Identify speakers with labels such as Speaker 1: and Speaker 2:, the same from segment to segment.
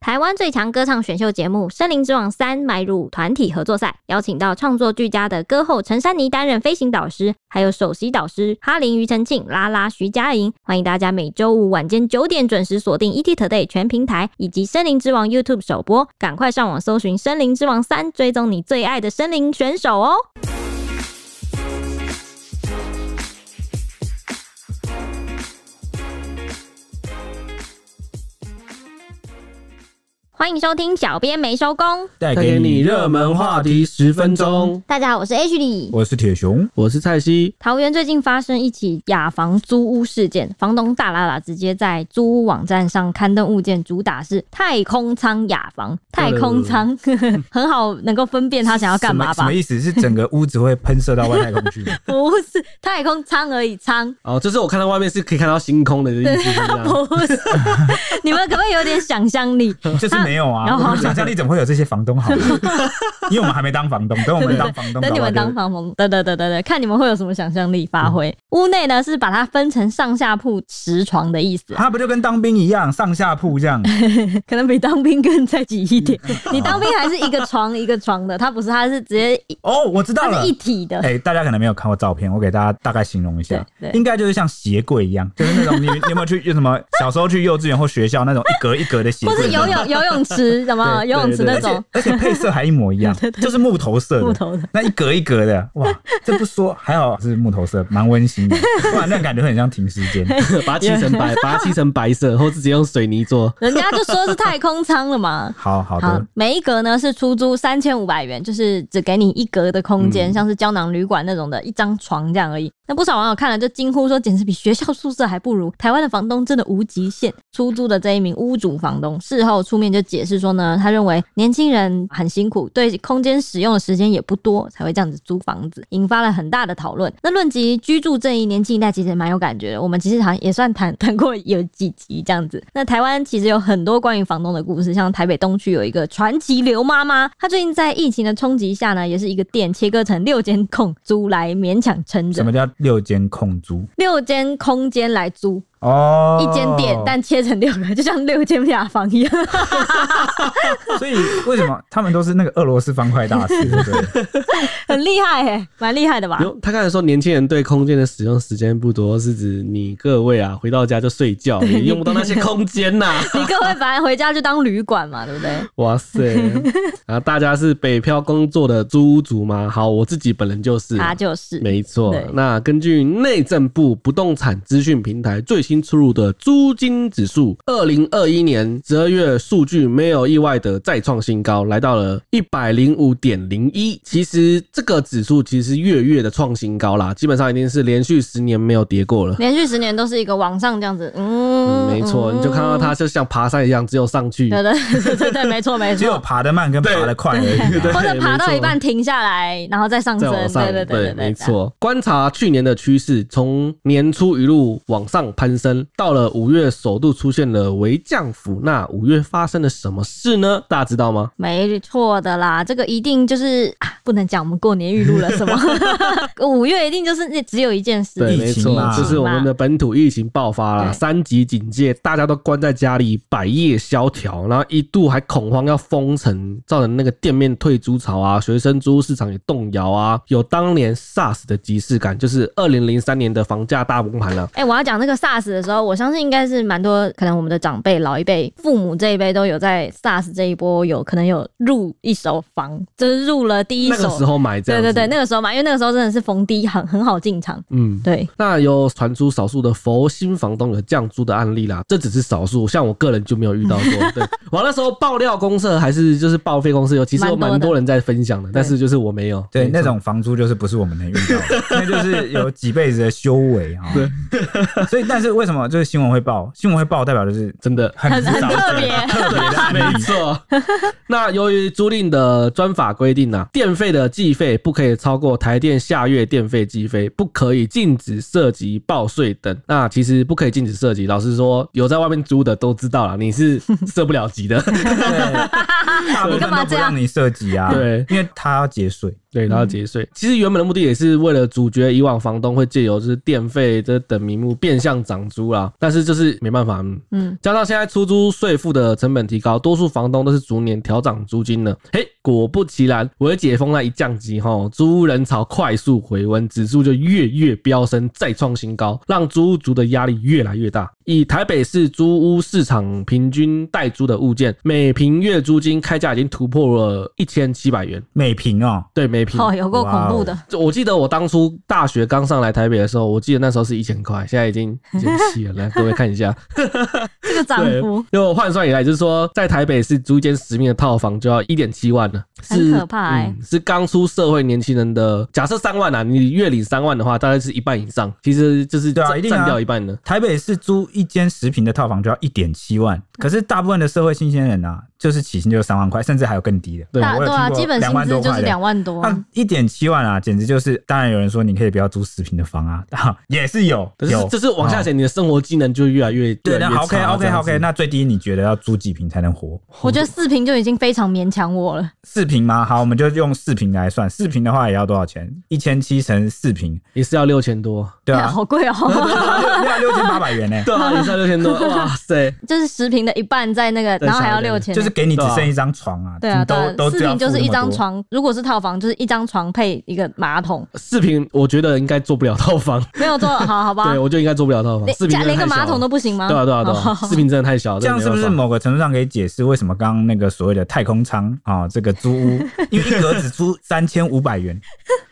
Speaker 1: 台湾最强歌唱选秀节目《森林之王三》迈入团体合作赛，邀请到创作俱佳的歌后陈珊妮担任飞行导师，还有首席导师哈林、庾澄庆、拉拉、徐佳莹。欢迎大家每周五晚间九点准时锁定 ET Today 全平台以及《森林之王》YouTube 首播，赶快上网搜寻《森林之王三》，追踪你最爱的森林选手哦。欢迎收听，小编没收工。
Speaker 2: 带
Speaker 3: 带给你热门话题十分钟。
Speaker 1: 大家好，我是 H 李。
Speaker 2: 我是铁熊，
Speaker 3: 我是蔡西，
Speaker 1: 桃园最近发生一起雅房租屋事件，房东大喇喇直接在租屋网站上刊登物件，主打是太空舱雅房。太空舱 很好，能够分辨他想要干嘛
Speaker 2: 什么什
Speaker 1: 吧
Speaker 2: 么？意思？是整个屋子会喷射到外 太空去吗？
Speaker 1: 不是太空舱而已， 舱
Speaker 3: 哦，就是我看到外面是可以看到星空的意思，是这 样。
Speaker 1: 不是。你们可不可以有点想象力？
Speaker 2: 就是没有啊，
Speaker 1: 然后
Speaker 2: 我们 想象力怎么会有这些房东好？因为我们还没 当房东，等我们当房东，
Speaker 1: 等你们当
Speaker 2: 房
Speaker 1: 房东，对对对对对，看你们会有什么想象力发挥。屋内呢是把它分成上下铺十床的意思，
Speaker 2: 他不就跟当兵一样，上下铺这样？
Speaker 1: 可能比当兵更再挤一点。你当兵还是一个床一个床的，它不是，它是直接一
Speaker 2: 哦，我知道
Speaker 1: 它
Speaker 2: 了
Speaker 1: 是一。体的。
Speaker 2: 哎、大家可能没有看过照片，我给大家大概形容一下
Speaker 1: 对，对
Speaker 2: 应该就是像鞋柜一样，就是那种你你有没有去有什么小时候去幼稚园或学校那种一格一格的鞋
Speaker 1: 或
Speaker 2: 柜，
Speaker 1: 是游 泳游泳池什么
Speaker 2: 对
Speaker 1: 游泳池那种
Speaker 2: 而且配色还一模 一样，就是木头色的，
Speaker 1: 木头的
Speaker 2: 那一格一格的，哇，这不说还好是木头色，蛮温 馨的，不然那感觉很像停尸间。。
Speaker 3: 把它漆成白，把它漆成白 色，或是直接用水泥做。
Speaker 1: 人家就说是太空舱了嘛
Speaker 2: 好好
Speaker 1: 好
Speaker 2: 的，，
Speaker 1: 每一格呢是出租三千五百元，就是只给你一格的空
Speaker 2: 嗯
Speaker 1: 间，像是胶囊旅馆那种的一张床这样而已。那不少网友看了就惊呼说，简直比学校宿舍还不如。台湾的房东真的无极限。出租的这一名屋主房东事后出面就解释说呢，他认为年轻人很辛苦，对空间使用的时间也不多，才会这样子租房子，引发了很大的讨论。那论及居住正义，年轻一代其实蛮有感觉的。我们其实好像也算谈谈过有几集这样子。那台湾其实有很多关于房东的故事，像台北东区有一个传奇刘妈妈，她最近在疫情的冲击下呢，也是一个店切割成六间空租来勉强撑
Speaker 2: 什
Speaker 1: 着
Speaker 2: 么，叫六间空租？
Speaker 1: 六间空间来租。
Speaker 2: 哦，
Speaker 1: 一间店，但切成六个，就像六间雅房一样。
Speaker 2: 所以为什么他们都是那个俄罗斯方块 大师？对不对
Speaker 1: 很厉害耶、蛮厉害的吧？
Speaker 3: 有啊他刚才说，年轻人对空间的使用时间不多，是指你各位啊，回到家就睡觉， 也用不到那些空间呐、
Speaker 1: 你各位反正回家就当旅馆嘛，对不对？
Speaker 3: 哇 塞！然后大家是北漂工作的租屋族吗？好，我自己本人就是啊、
Speaker 1: 他就是
Speaker 3: 没错
Speaker 1: 对，
Speaker 3: 那根据内政部不动产资讯平台最新出炉的租金指数，二零二一年十二月数据没有意外的再创新高，来到了一百零五点零一。其实这个指数其实月月的创新高啦，基本上已经是连续十年没有跌过了。
Speaker 1: 连续十年都是一个往上这样子，
Speaker 3: 嗯，
Speaker 1: 嗯，
Speaker 3: 没错，你就看到它就像爬山一样，只有上去。
Speaker 1: 对，对 对对对对，没错没
Speaker 2: 只有
Speaker 1: 错，
Speaker 2: 爬得慢跟爬得快而已啊。
Speaker 1: 或者爬到
Speaker 3: 没错
Speaker 1: 一半停下来，然后再嗯上
Speaker 3: 再
Speaker 1: 升，
Speaker 3: 往上，
Speaker 1: 对对对对，
Speaker 3: 没。错。观察去年的趋势，从年初一路往上攀升，到了五月首度出现了微降幅。那五月发生了什么事呢？大家知道吗？
Speaker 1: 没错的啦，这个一定就是、啊、不能讲我们过年预录了 什么， 五月一定就是那只有一件事，
Speaker 3: 对，
Speaker 2: 疫
Speaker 3: 没
Speaker 2: 情
Speaker 3: 错
Speaker 2: 嘛，
Speaker 3: 这是我们的本土疫情爆发
Speaker 1: 对
Speaker 3: 了，三级警戒，大家都关在家里，百业萧条，然后一度还恐慌要封城，造成那个店面退租潮啊，学生租屋市场也动摇啊，有当年 SARS 的即视感，就是二零零三年的房价大崩盘了。
Speaker 1: 哎、我要讲那个 SARS 的时候，我相信应该是蛮多，可能我们的长辈、老一辈、父母这一辈都有在 SARS 这一波有可能有入一手房，就是入了第一
Speaker 3: 那个
Speaker 1: 手。
Speaker 3: 时候买这
Speaker 1: 对
Speaker 3: 样
Speaker 1: 对
Speaker 3: 子，
Speaker 1: 对，那个时候嘛，因为那个时候真的是逢低很很好进场。
Speaker 3: 嗯，
Speaker 1: 对，
Speaker 3: 那有传出少数的佛新房东有降租的案例啦，这只是少数，像我个人就没有遇到过。对，我那时候爆料公社还是就是报废公社有，其实有蛮多人在分享的，但是就是我没有。
Speaker 2: 对，
Speaker 3: 没错
Speaker 2: 那种房租就是不是我们能遇 到的，那就是有几辈子的修为啊。对，所以但是为什么就是新闻会报？新闻会报代表就是
Speaker 3: 真的。
Speaker 2: 很
Speaker 1: 很很特别
Speaker 2: 特别的案例
Speaker 3: 没错，那由于租赁的专法规定啊，电费的计费不可以超过台电下月电费计费，不可以禁止涉及报税等。那其实不可以禁止涉及，老实说，有在外面租的都知道啦，你是 涉不了及的。
Speaker 2: 对，大部分都不让你涉及啊，
Speaker 3: 你干嘛这样
Speaker 2: 因为他要节税，
Speaker 3: 对，然后节税。其实原本的目的也是为了阻绝以往房东会借由就是电费这等名目变相涨租啦，但是就是没办法，嗯
Speaker 1: 嗯，
Speaker 3: 加上现在出租税负的成本提高，多数房东都是逐年调涨租金的。嘿，果不其然，微解封那一降级后，租屋人潮快速回温，指数就月月飙升，再创新高，让租屋族的压力越来越大。以台北市租屋市场平均代租的物件，每平月租金开价已经突破了一千七百元。
Speaker 2: 每平哦，
Speaker 3: 对，每平。
Speaker 1: 哦，有够恐怖的，
Speaker 3: 就我记得我当初大学刚上来台北的时候，我记得那时候是一千块，现在 已经减七了。来，各位看一下，
Speaker 1: 这个涨
Speaker 3: 对，
Speaker 1: 幅
Speaker 3: 就换算以来，就是说，在台北市租一间十面的套房就要一点七万了，
Speaker 1: 很
Speaker 3: 是
Speaker 1: 可怕欸
Speaker 3: 嗯，是刚出社会年轻人的，假设三万啊，你月领三万的话，大概是一半以上，其实就是
Speaker 2: 对啊
Speaker 3: 占
Speaker 2: 一定啊
Speaker 3: 占掉一半的。
Speaker 2: 台北市租一间十平的套房就要一点七
Speaker 1: 嗯
Speaker 2: 万，可是大部分的社会新鲜人啊，就是起薪就是三万块，甚至还有更低的。
Speaker 3: 对
Speaker 1: 大
Speaker 2: 我
Speaker 1: 对
Speaker 2: 有听
Speaker 1: 啊，
Speaker 2: 过
Speaker 1: 基本薪
Speaker 2: 2万
Speaker 1: 资
Speaker 2: 多
Speaker 1: 就
Speaker 2: 块
Speaker 1: 是
Speaker 2: 的
Speaker 1: 两万多啊，
Speaker 2: 那一点七万啊，简直就是！当然有人说你可以不要租十平的房啊， 啊也是有，
Speaker 3: 可
Speaker 2: 有
Speaker 3: 是这是往下
Speaker 2: 哦
Speaker 3: 写，你的生活技能就越来越
Speaker 2: 对，
Speaker 3: 越来
Speaker 2: 那
Speaker 3: 越
Speaker 2: 好 OK
Speaker 3: 差
Speaker 2: OK
Speaker 3: 这样子
Speaker 2: OK，那最低你觉得要租几平才能活？
Speaker 1: 我觉得四平就已经非常勉强我了。
Speaker 2: 四平吗？好，我们就用四平来算，四平的话也要多少钱？一千七乘四平，
Speaker 3: 也是要六千多，
Speaker 2: 对 啊，
Speaker 1: 好贵哦、
Speaker 2: 六六六千八百元呢、
Speaker 3: 对啊，也是要六千 多，哇塞！
Speaker 1: 就是十平的一半在那个，
Speaker 3: 对
Speaker 1: 然后还要
Speaker 3: 少一点
Speaker 1: 六千，欸
Speaker 2: 就是给你只剩一张床啊，
Speaker 1: 对啊，
Speaker 2: 你
Speaker 1: 对
Speaker 2: 都
Speaker 1: 啊，
Speaker 2: 都
Speaker 1: 四
Speaker 2: 只要
Speaker 1: 平就是
Speaker 2: 付
Speaker 1: 一
Speaker 2: 那么
Speaker 1: 张
Speaker 2: 多，
Speaker 1: 床，如果是套房就是一张床配一个马桶，
Speaker 3: 视频我觉得应该做不了套房，
Speaker 1: 没有做好，好吧
Speaker 3: 对？我觉得应该做不了套房，
Speaker 1: 连
Speaker 3: 视频
Speaker 1: 加连个马桶都
Speaker 3: 不
Speaker 1: 不行吗？哦
Speaker 3: 对啊对啊对啊， 视频真的太小了，
Speaker 2: 这样是不是
Speaker 3: 真的没办法
Speaker 2: 某个程度上可以解释为什么刚刚那个所谓的太空舱啊、这个租屋，因为一格只租三千五百元，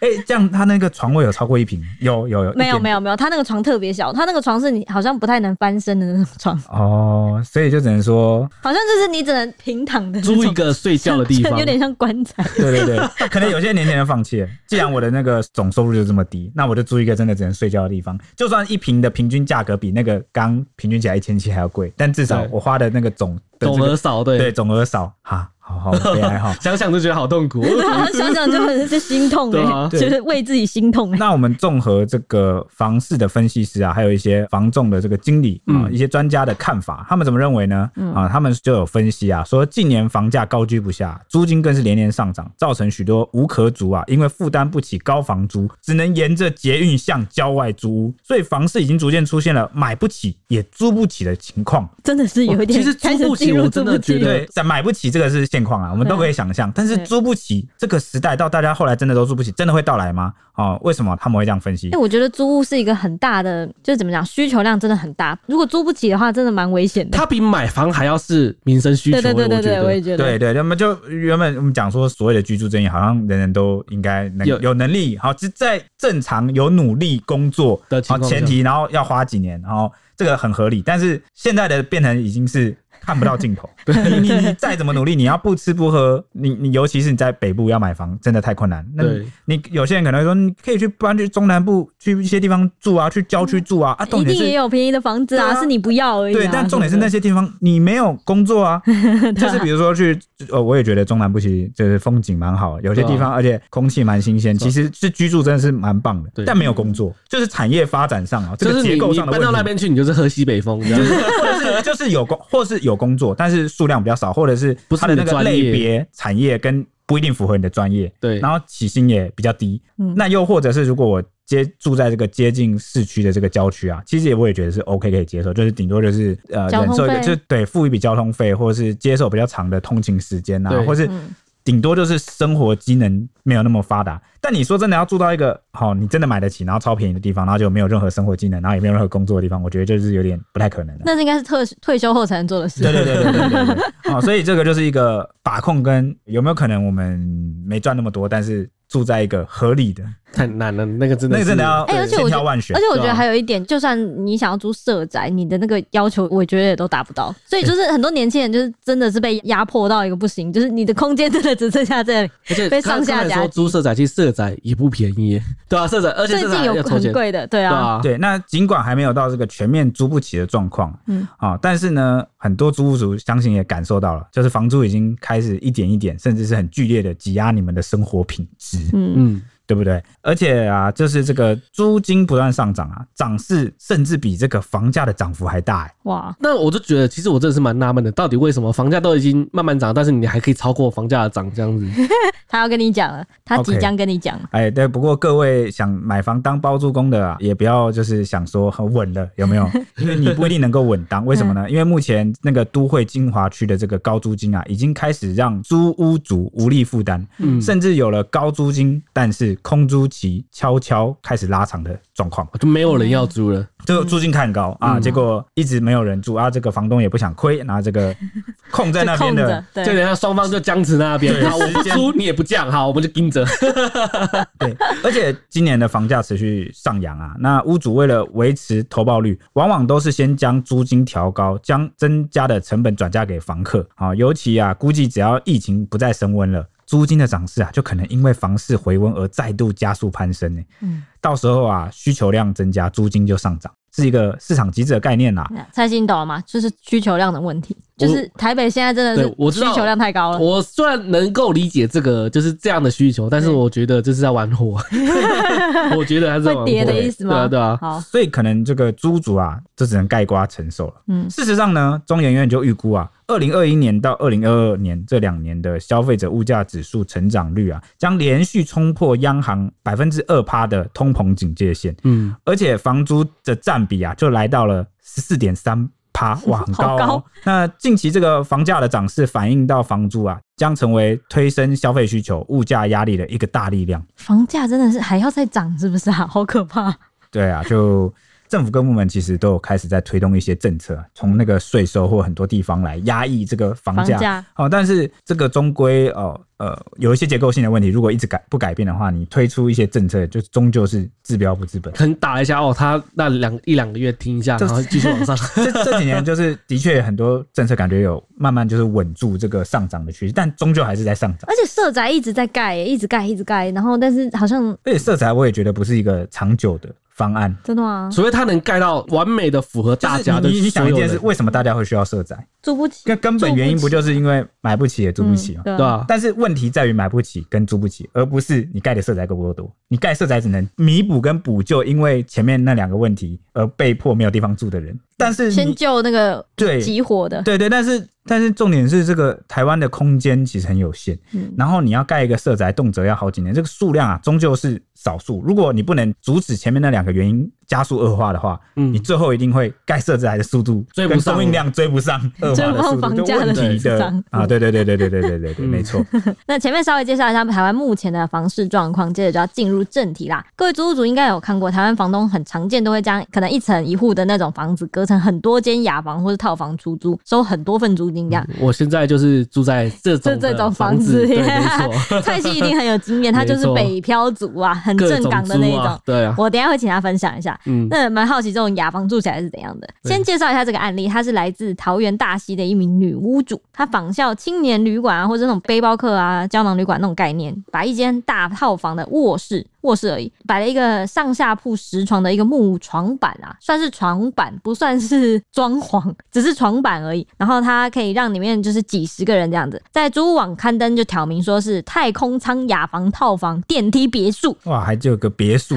Speaker 2: 哎、这样他那个床位有超过一平？有有有，
Speaker 1: 没有没
Speaker 2: 有。
Speaker 1: 有没有，他那个床特别小，他那个床是你好像不太能翻身的那种床，
Speaker 2: 哦，所以就只能说，
Speaker 1: 好像就是你只能平躺的那种
Speaker 3: 租一个睡觉的地 方
Speaker 1: 有？点像棺材。
Speaker 2: 对对对，可能有些年轻人放弃了。既然我的那个总收入就这么低，那我就租一个真的只能睡觉的地方。就算一平的平均价格比那个刚平均起来一千七还要贵，但至少
Speaker 3: 对
Speaker 2: 我花的那个总的、这个、
Speaker 3: 总额少，
Speaker 2: 对总额少哈，好好悲哀哈。
Speaker 3: 想想就觉得好痛苦。
Speaker 1: 然后想想就是就心痛
Speaker 3: 对啊
Speaker 1: 哎，
Speaker 2: 对
Speaker 1: 就是为自己心痛哎。
Speaker 2: 那我们综合这个房市的分析师啊，还有一些房仲的这个经理啊、
Speaker 3: 嗯
Speaker 2: 一些专家的看法，他们怎么认为呢？啊，他们就有分析啊，说近年房价高居不下，租金更是连年上涨，造成许多无壳族啊，因为负担不起高房租，只能沿着捷运向郊外租屋，所以房市已经逐渐出现了买不起也租不起的情况。
Speaker 1: 真的是有一点
Speaker 3: 哦其实租
Speaker 1: 开始
Speaker 3: 不起
Speaker 1: 进入
Speaker 3: 我真的
Speaker 1: 租不起
Speaker 3: 觉得欸
Speaker 2: 对，买不起这个是现况啊，我们都可以想象。但是
Speaker 1: 对
Speaker 2: 租不起这个时代，到大家后来真的都租不起，真的会到来吗？哦，为什么他们会这样分析
Speaker 1: 哎、？我觉得租屋是一个很大的，就是怎么讲，需求量真的很大。如果租不起的话，真的蛮危险的。
Speaker 3: 它比买房还要是民生需求
Speaker 1: 对
Speaker 3: 欸，
Speaker 1: 对对对对，
Speaker 3: 我
Speaker 1: 我
Speaker 3: 觉
Speaker 1: 也
Speaker 3: 得。
Speaker 1: 觉得。
Speaker 2: 对对，那么就原本我们讲说，所谓的居住正义，好像人人都应该能
Speaker 3: 有
Speaker 2: 有能力，好，就在正常有努力工作
Speaker 3: 的情
Speaker 2: 好
Speaker 3: 况下
Speaker 2: 前提，然后要花几年，然后这个很合理。但是现在的变成已经是看不到尽 头，你你你再怎么努力，你要不吃不喝，你你尤其是你在北部要买房，真的太困难。那你
Speaker 3: 对
Speaker 2: 你有些人可能会说，你可以去搬去中南部，去一些地方住啊，去郊区住啊，啊，
Speaker 1: 一
Speaker 2: 重点
Speaker 1: 定也
Speaker 2: 是。
Speaker 1: 有便宜的房子啊，
Speaker 2: 对啊
Speaker 1: 是你不要而已、啊。
Speaker 2: 对，但重点是 那
Speaker 1: 对
Speaker 2: 些地方你没有工作啊，
Speaker 1: 不 对
Speaker 2: 就是比如说去，呃，我也觉得中南部其实就是风景蛮好，有些地
Speaker 1: 啊
Speaker 2: 方而且空气蛮新鲜，
Speaker 3: 是啊
Speaker 2: 其实是居住真的是蛮棒的
Speaker 3: 对，
Speaker 2: 但没有工作，就是产业发展上啊，这
Speaker 3: 就是
Speaker 2: 个结
Speaker 3: 你
Speaker 2: 构
Speaker 3: 你
Speaker 2: 上的
Speaker 3: 搬到那
Speaker 2: 问题。
Speaker 3: 边去，你就是喝西 北风，你知道吗
Speaker 2: 就是就是有工，或是有工作，但是数量比较少，或者是
Speaker 3: 不是
Speaker 2: 它的
Speaker 3: 你
Speaker 2: 那
Speaker 3: 的
Speaker 2: 个
Speaker 3: 专业
Speaker 2: 类别产业跟不一定符合你的专业，
Speaker 3: 对
Speaker 2: 然后起薪也比较低
Speaker 1: 嗯。
Speaker 2: 那又或者是如果我接住在这个接近市区的这个郊区啊，其实也我也觉得是 OK 可以接受，就是顶多就是呃
Speaker 1: 交通
Speaker 2: 忍受一个，
Speaker 1: 费
Speaker 2: 就是对付一笔交通费，或者是接受比较长的通勤时间啊
Speaker 3: 对，
Speaker 2: 或是
Speaker 1: 嗯
Speaker 2: 顶多就是生活机能没有那么发达。但你说真的要住到一个好、你真的买得起，然后超便宜的地方，然后就没有任何生活技能，然后也没有任何工作的地方，我觉得就是有点不太可能的。
Speaker 1: 那是应该是退退休后才能做的事。
Speaker 2: 对对对对对对对， 哦，所以这个就是一个把控跟有没有可能我们没赚那么多，但是住在一个合理的，
Speaker 3: 太难了，那个真的
Speaker 2: 那个
Speaker 3: 是，
Speaker 2: 真的要
Speaker 1: 哎而且我
Speaker 2: 千
Speaker 1: 觉
Speaker 2: 挑万选
Speaker 1: 而。且我觉
Speaker 3: 对
Speaker 1: 得
Speaker 3: 啊
Speaker 1: 还有一点，就算你想要租社宅，你的那个要求，我觉得也都达不到。所以就是很多年轻人，就是真的是被压迫到一个不行，就是你的空间真的只剩下这里。
Speaker 3: 而且
Speaker 1: 被
Speaker 3: 刚
Speaker 1: 上下
Speaker 3: 刚才说
Speaker 1: 夹击
Speaker 3: 租社宅，其实社宅也不便宜耶，对啊，社宅，而且
Speaker 1: 最
Speaker 3: 社
Speaker 1: 近
Speaker 3: 宅
Speaker 1: 有
Speaker 3: 要抽
Speaker 1: 很
Speaker 3: 钱，
Speaker 1: 贵的，对
Speaker 3: 对
Speaker 1: 啊，
Speaker 3: 啊，
Speaker 2: 对，那尽管还没有到这个全面租不起的状况，
Speaker 1: 嗯
Speaker 2: 嗯啊、但是呢，很多租屋族相信也感受到了，就是房租已经开始一点一点，甚至是很剧烈的挤压你们的生活品质。
Speaker 1: 嗯。
Speaker 3: 嗯，
Speaker 2: 对不对？而且啊，就是这个租金不断上涨啊，涨势甚至比这个房价的涨幅还大、欸。
Speaker 1: 哇，
Speaker 3: 那我就觉得，其实我真的是蛮纳闷的，到底为什么房价都已经慢慢涨，但是你还可以超过房价的涨 这样子？
Speaker 1: 他要跟你讲了，他即
Speaker 2: OK
Speaker 1: 将跟你讲。
Speaker 2: 哎，对，不过各位想买房当包租公的啊，也不要就是想说很稳了，有 没有？因为你不一定能够稳当，为什么呢？因为目前那个都会精华区的这个高租金啊，已经开始让租屋族无力负担，
Speaker 3: 嗯
Speaker 2: 甚至有了高租金，但是空租期悄悄开始拉长的状况。
Speaker 3: 哦就没有人
Speaker 1: 嗯
Speaker 3: 要租了。
Speaker 2: 这个租金看高啊，
Speaker 3: 嗯
Speaker 2: 结果一直没有人住啊，这个房东也不想亏，拿这 个空在那边
Speaker 1: 就空
Speaker 2: 的
Speaker 1: 着，对
Speaker 3: 就等一下双方就僵持那边，啊
Speaker 2: 对
Speaker 3: 好，我不
Speaker 2: 时间
Speaker 3: 租你也不降，好，我们就 盯着。
Speaker 2: 对，而且今年的房价持续上扬啊，那屋主为了维持投报率，往往都是先将租金调高，将增加的成本转嫁给房客啊。尤其啊，估计只要疫情不再升温了。租金的涨势啊，就可能因为房市回温而再度加速攀升呢、
Speaker 1: 嗯，
Speaker 2: 到时候啊，需求量增加，租金就上涨，是一个市场机制的概念啦、
Speaker 1: 那蔡欣你懂了吗？就是需求量的问题，就是台北现在真的
Speaker 3: 对我
Speaker 1: 是
Speaker 3: 知
Speaker 1: 需
Speaker 3: 道
Speaker 1: 求量太高了。
Speaker 3: 我虽然能够理解这个就是这样的需求，但是我觉得这是在玩 火。我觉得还是在玩火
Speaker 1: 会跌的意思吗？
Speaker 3: 对啊，对啊。
Speaker 1: 好，
Speaker 2: 所以可能这个租主啊，就只能盖瓜承受了。
Speaker 1: 嗯
Speaker 2: 事实上呢，中研院就预估啊，二零二一年到二零二二年这两年的消费者物价指数成长率啊，将连续冲破央行百分之二趴的通膨警戒线，
Speaker 3: 嗯，
Speaker 2: 而且房租的占比啊，就来到了十四点三。趴哇，很高、哦。
Speaker 1: 好高
Speaker 2: 那近期这个房价的涨势反映到房租啊，将成为推升消费需求、物价压力的一个大力量。
Speaker 1: 房价真的是还要再涨，是不是啊？好 可怕！
Speaker 2: 对啊，就政府各部门其实都有开始在推动一些政策，啊从那个税收或很多地方来压抑这个房
Speaker 1: 房
Speaker 2: 价。
Speaker 1: 价
Speaker 2: 哦，但是这个终归哦呃有一些结构性的问题，如果一直改不改变的话，你推出一些政策，就终究是治标不治本。
Speaker 3: 可能打一下哦，他那两一两个月听一下，然后继续 往上。
Speaker 2: 这这几年就是 的确很多政策感觉有慢慢就是稳住这个上涨的趋势，但终究还是在上涨。
Speaker 1: 而且社宅一直在盖耶，一直盖，一直盖，然后但是好像
Speaker 2: 而且色彩我也觉得不是一个长久的方案。
Speaker 1: 真的吗？
Speaker 3: 除非他能盖到完美的符合大家
Speaker 2: 就
Speaker 3: 的
Speaker 2: 是你你你
Speaker 3: 所
Speaker 2: 想一
Speaker 3: 有
Speaker 2: 件
Speaker 3: 人
Speaker 2: 事，，为什么大家会需要色彩？
Speaker 1: 租不起，
Speaker 2: 根根本原因不就是嗯因为买不起也租不起嘛？
Speaker 1: 对
Speaker 3: 对
Speaker 1: 啊，
Speaker 3: 吧？
Speaker 2: 但是问题在于买不起跟租不起，而不是你盖的色彩够不够多。你盖色彩只能弥补跟补救，因为前面那两个问题而被迫没有地方住的人。但是
Speaker 1: 先
Speaker 2: 你
Speaker 1: 救那个
Speaker 2: 对
Speaker 1: 集火的，
Speaker 2: 对对，但是但是重点是这个台湾的空间其实很有限，
Speaker 1: 嗯
Speaker 2: 然后你要盖一个色宅，动辄要好几年，这个数量啊终究是少数。如果你不能阻止前面那两个原因加速恶化的话，
Speaker 3: 嗯
Speaker 2: 你最后一定会盖色宅的速度
Speaker 3: 追不
Speaker 2: 跟
Speaker 3: 上
Speaker 2: 供应量追不上恶化的 速
Speaker 1: 追不上
Speaker 2: 度，
Speaker 1: 房
Speaker 2: 就
Speaker 1: 价
Speaker 2: 问
Speaker 1: 的
Speaker 2: 题
Speaker 1: 成
Speaker 2: 的
Speaker 1: 长
Speaker 2: 啊，对对对对对对对对对，
Speaker 3: 嗯
Speaker 2: 没错。
Speaker 1: 那前面稍微介绍一下台湾目前的房市状况，接着就要进入正题啦。各位租屋主应该有看过，台湾房东很常见都会将可能一层一户的那种房子隔成很多间雅房或是套房出租，收很多份租金这 样。
Speaker 3: 我现在就是住在这种
Speaker 1: 这这
Speaker 3: 的
Speaker 1: 种
Speaker 3: 房
Speaker 1: 房子
Speaker 3: 对，没错，
Speaker 1: 蔡西一定很有经验，他就
Speaker 3: 没
Speaker 1: 是
Speaker 3: 错
Speaker 1: 北漂族啊， 很
Speaker 3: 各
Speaker 1: 正
Speaker 3: 种
Speaker 1: 港的
Speaker 3: 租
Speaker 1: 那一
Speaker 3: 啊
Speaker 1: 种。
Speaker 3: 对啊，
Speaker 1: 我等一下会请他分享一下。
Speaker 3: 嗯，
Speaker 1: 那蛮好奇这种雅房住起来是怎样的。
Speaker 3: 对
Speaker 1: 先介绍一下这个案例，她是来自桃园大溪的一名女屋主，她仿效青年旅馆啊，或者那种背包客啊、胶囊旅馆那种概念，把一间大套房的卧室 卧室而已，摆了一个上下铺十床的一个木床板啊，算是床板，不算是装潢，只是床板而已。然后它可以让里面就是几十个人这样子，在租屋网刊登就挑明说是太空舱雅房套房电梯别墅，
Speaker 2: 哇，还就有个 别墅，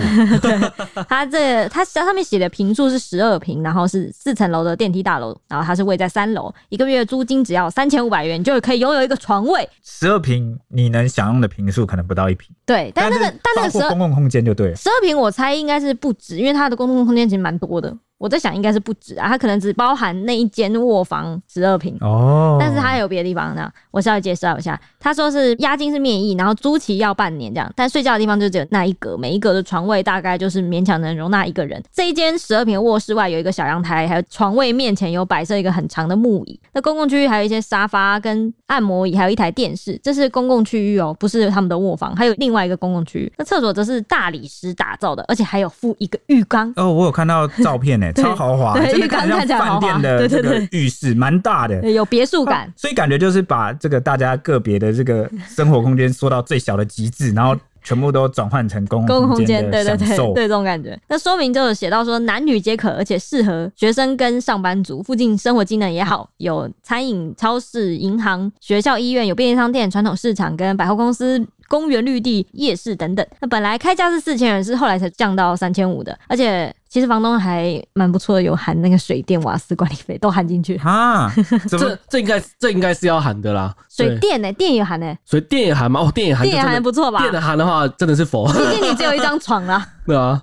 Speaker 1: 它这它上面写的平数是十二平，然后是四层楼的电梯大楼，然后它是位在三楼，一个月租金只要三千五百元就可以拥有一个床位。
Speaker 2: 十二平你能享用的平数可能不到一平，
Speaker 1: 对，但那个但那
Speaker 2: 包
Speaker 1: 个十
Speaker 2: 括
Speaker 1: 二
Speaker 2: 公共空间就对了。
Speaker 1: 十二平我猜应该是不止，因为它的公共空间其实蛮多的。我在想应该是不止啊，它可能只包含那一间卧房十二平。
Speaker 2: 哦，
Speaker 1: 但 是它还有别的地方呢，我稍微介绍一下。他说是押金是面议，然后租期要半年这样，但睡觉的地方就只有那一格，每一格的床位大概就是勉强能容纳一个人。这一间十二平的卧室外有一个小阳台，还有床位面前有摆设一个很长的木椅。那公共区域还有一些沙发跟按摩椅，还有一台电视，这是公共区域哦，不是他们的卧房。还有另外一个公共区域，那厕所则是大理石打造的，而且还有附一个浴缸。
Speaker 2: 哦，我有看到照片呢，
Speaker 1: 对
Speaker 2: 超豪华，
Speaker 1: 对
Speaker 2: 真的
Speaker 1: 浴缸
Speaker 2: 像
Speaker 1: 看起来
Speaker 2: 饭
Speaker 1: 豪华
Speaker 2: 店的
Speaker 1: 对
Speaker 2: 这
Speaker 1: 对
Speaker 2: 个浴室，蛮大的。哦
Speaker 1: 对有别墅感，
Speaker 2: 所以感觉就是把这个大家个别的这个生活空间缩到最小的极致，然后全部都转换成
Speaker 3: 嗯
Speaker 2: 公
Speaker 1: 公共
Speaker 2: 共
Speaker 1: 空
Speaker 2: 空
Speaker 1: 间，
Speaker 2: 间
Speaker 1: 对
Speaker 2: 的
Speaker 1: 对
Speaker 2: 享
Speaker 1: 对
Speaker 2: 受。
Speaker 1: 对这种感觉。那说明就有写到说，男女皆可，而且适合学生跟上班族，附近生活机能也好，有餐饮、超市、银行、学校、医院，有便利商店、传统市场跟百货公司。公园、绿地、夜市等等，那本来开价是四千元，是后来才降到三千五的，而且其实房东还蛮不错的，有含那个水电、瓦斯管理费都含进去。
Speaker 2: 啊，怎么
Speaker 3: 这这应该这应该是要喊的啦，
Speaker 1: 水
Speaker 3: 对
Speaker 1: 电呢、电也含呢、
Speaker 3: 所以电也喊嘛，哦，电也喊就
Speaker 1: 电
Speaker 3: 真
Speaker 1: 也
Speaker 3: 的，
Speaker 1: 含得不错吧？
Speaker 3: 电也喊的话真的是佛，
Speaker 1: 毕竟你只有一张床啦，
Speaker 3: 对 啊，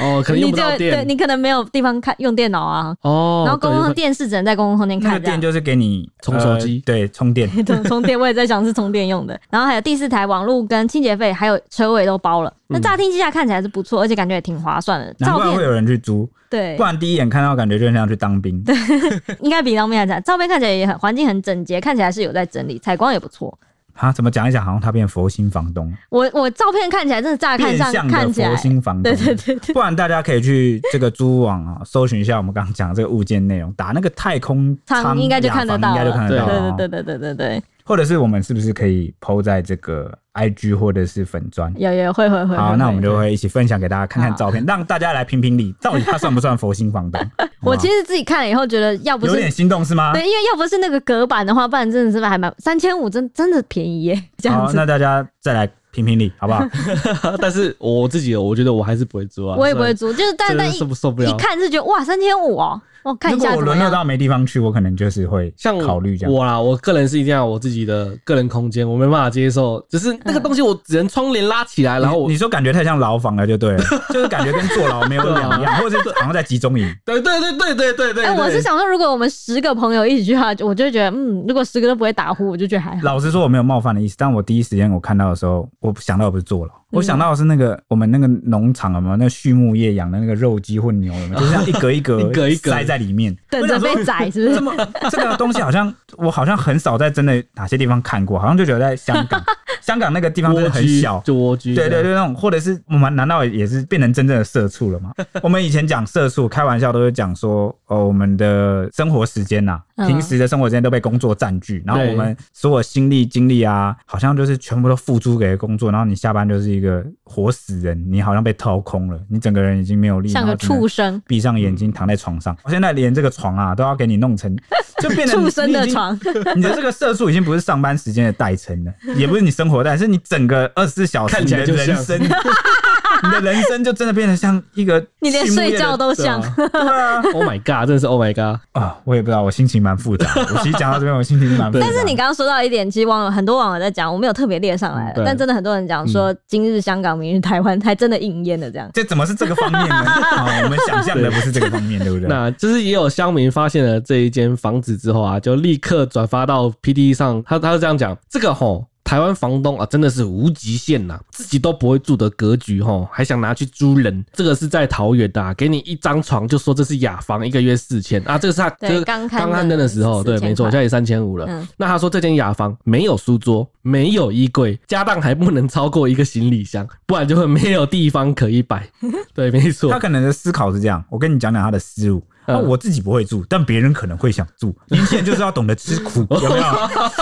Speaker 3: 哦， 可能用
Speaker 1: 你
Speaker 3: 不
Speaker 1: 只有
Speaker 3: 到
Speaker 1: 对
Speaker 3: 电，
Speaker 1: 你可能没有地方看用电脑啊，
Speaker 3: 哦，
Speaker 1: 然后公
Speaker 3: 对
Speaker 1: 共
Speaker 3: 有
Speaker 1: 的电视只能在公共空间
Speaker 2: 那个
Speaker 1: 看这
Speaker 2: 电
Speaker 1: 样。
Speaker 2: 就是给你
Speaker 3: 充手机
Speaker 2: 呃对，充电。
Speaker 1: 充充电，我也在想是充电用的。然后还有第四台网络跟清洁费，还有车位都包了。那乍听之下看起来是不错，而且感觉也挺划算的。
Speaker 2: 嗯难
Speaker 1: 照
Speaker 2: 怪会
Speaker 1: 片
Speaker 2: 有人去租，
Speaker 1: 对
Speaker 2: 不，然第一眼看到感觉就很像去当兵。
Speaker 1: 应该比当面还惨。照片看起来也很环境很整洁，看起来是有在整理，采光也不错。
Speaker 2: 啊，怎么讲一讲，好像他变佛心房东，
Speaker 1: 我我照片看起来真的乍看
Speaker 2: 变
Speaker 1: 上
Speaker 2: 相的
Speaker 1: 看起来
Speaker 2: 佛，心房东。
Speaker 1: 对对对对，
Speaker 2: 不然大家可以去这个租网啊，搜寻一下我们刚刚讲的这个物件内容，打那个太空
Speaker 1: 仓应该就
Speaker 2: 雅
Speaker 1: 看得
Speaker 2: 房
Speaker 1: 到
Speaker 2: 应该就看得
Speaker 1: 对
Speaker 2: 到了
Speaker 1: 对
Speaker 2: 哦。
Speaker 1: 对对对对对，
Speaker 2: 或者是我们是不是可以 PO 在这个 IG 或者是粉砖？
Speaker 1: 有有会会会。
Speaker 2: 好，
Speaker 1: 会
Speaker 2: 那
Speaker 1: 会
Speaker 2: 我们就会一起分享给大家看看
Speaker 1: 好
Speaker 2: 照片，让大家来评评理，到底他算不算佛心房东？
Speaker 1: 我
Speaker 2: 哇
Speaker 1: 其实自己看了以后觉得，要 不
Speaker 2: 有
Speaker 1: 是
Speaker 2: 点心动是吗？
Speaker 1: 对，因为要不是那个隔板的话，不然真的是还蛮三千五，真真的便宜耶，这样
Speaker 2: 好，
Speaker 1: 子。
Speaker 2: 那大家再来评评理，好不好？
Speaker 3: 但是我自己，我觉得我还是不会租啊，
Speaker 1: 我也不会
Speaker 3: 租，
Speaker 1: 租，就是但
Speaker 3: 真
Speaker 1: 但
Speaker 3: 的
Speaker 1: 一
Speaker 3: 受不受不了
Speaker 1: 一。看是觉得哇三千五哦，我 看
Speaker 2: 如
Speaker 1: 一
Speaker 2: 果
Speaker 1: 下
Speaker 2: 我
Speaker 1: 怎么
Speaker 2: 沦落
Speaker 1: 样。
Speaker 2: 到没地方去，我可能就是会
Speaker 3: 像
Speaker 2: 考虑这样。
Speaker 3: 我啦，我个人是一定要有我自己的个人空间，我没办法接受，只
Speaker 1: 嗯
Speaker 3: 是那个东西我只能窗帘拉起来，然后我
Speaker 2: 你你说感觉太像牢房了，就对了，就是感觉跟坐牢没有 两
Speaker 3: 啊
Speaker 2: 样，或者是好像在集中营。
Speaker 3: 对对对对对对对，
Speaker 1: 哎，我
Speaker 3: 对
Speaker 1: 是想说，如果我们十个朋友一起去的话，我就会觉得，嗯，如果十个都不会打呼，我就觉得还好。
Speaker 2: 老实说，我没有冒犯的意思，但我第一时间我看到的时候，我想到的不是坐牢，我
Speaker 3: 嗯
Speaker 2: 想到的是那个我们那个农场有没有那个畜牧业养的那个肉鸡或牛有没有，就是像一格一格
Speaker 3: 一格一格
Speaker 2: 塞在里面。
Speaker 1: 等
Speaker 2: 我
Speaker 1: 着
Speaker 2: 想
Speaker 1: 被
Speaker 2: 说
Speaker 1: 宰是不
Speaker 2: 这
Speaker 1: 是？
Speaker 2: 么这个东西好像我好像很少在真的哪些地方看过，好像就只有在香港， 香港那个地方真
Speaker 3: 蜗
Speaker 2: 的很
Speaker 3: 居
Speaker 2: 小，
Speaker 3: 就蜗居，
Speaker 2: 对对对，那种或者是我们难道也是变成真正的社畜了吗？ 我们以前讲社畜，开玩笑都是讲说，哦，我们的生活时间呐、
Speaker 1: 嗯
Speaker 2: 平时的生活时间都被工作占据，然后
Speaker 3: 对
Speaker 2: 我们所有心力精力啊，好像就是全部都付诸给工作，然后你下班就是一个活死人，你好像被掏空了，你整个人已经没有力，
Speaker 1: 像
Speaker 2: 然
Speaker 1: 个
Speaker 2: 后只能
Speaker 1: 畜生，
Speaker 2: 闭上眼睛躺在床上，我现在连这个床啊都要给你 弄成，就变成
Speaker 1: 畜
Speaker 2: 你
Speaker 1: 生的，床，
Speaker 2: 你已经你的这个社畜已经不是上班时间的代称了，也不是你生活代，是你整个二十四小时
Speaker 3: 看
Speaker 2: 你
Speaker 3: 起
Speaker 2: 的
Speaker 3: 来就
Speaker 2: 人
Speaker 3: 像
Speaker 2: 生， 你的人生就真的变得像一个
Speaker 1: 你连
Speaker 2: 畜牧业
Speaker 1: 睡
Speaker 2: 的
Speaker 1: 觉都
Speaker 3: 对
Speaker 1: 像
Speaker 3: 啊。，Oh my god，真的是 Oh my god，
Speaker 2: 啊，我也不知道，我心情蛮复杂的。我其实讲到这边，我心情是蛮复杂
Speaker 1: 但
Speaker 2: 的。
Speaker 1: 是你刚刚说到一点，其实网友很多网友在讲，我没有特别列上来
Speaker 3: 嗯，对
Speaker 1: 但真的很多人讲
Speaker 2: 嗯
Speaker 1: 说，今日香港，明日台湾，还真的应验了这样。
Speaker 2: 这怎么是这个方面呢？啊，我们想象的不是这个方面，对不对？
Speaker 3: 那就是也有乡民发现了这一间房子之后啊，就立刻转发到 P D E 上，他他是这样讲，这个吼。台湾房东啊，真的是无极限呐、自己都不会住的格局吼，还想拿去租人。这个是在桃园的、啊，给你一张床就说这是雅房，一个月四千啊，这个是他
Speaker 1: 对
Speaker 3: 这个
Speaker 1: 刚刊的
Speaker 3: 刚刊登的时候，对，
Speaker 1: 4000
Speaker 3: 没错，
Speaker 1: 块
Speaker 3: 现在也三千五了。
Speaker 1: 嗯
Speaker 3: 那他说这间雅房没有书桌，没有衣柜，家当还不能超过一个行李箱，不然就会没有地方可以 摆。对，没错
Speaker 2: 他，可能的思考是这样，我跟你讲讲他的思路。那、
Speaker 3: 嗯
Speaker 2: 我自己不会住，但别人可能会想住。年轻人就是要懂得吃苦，有没有？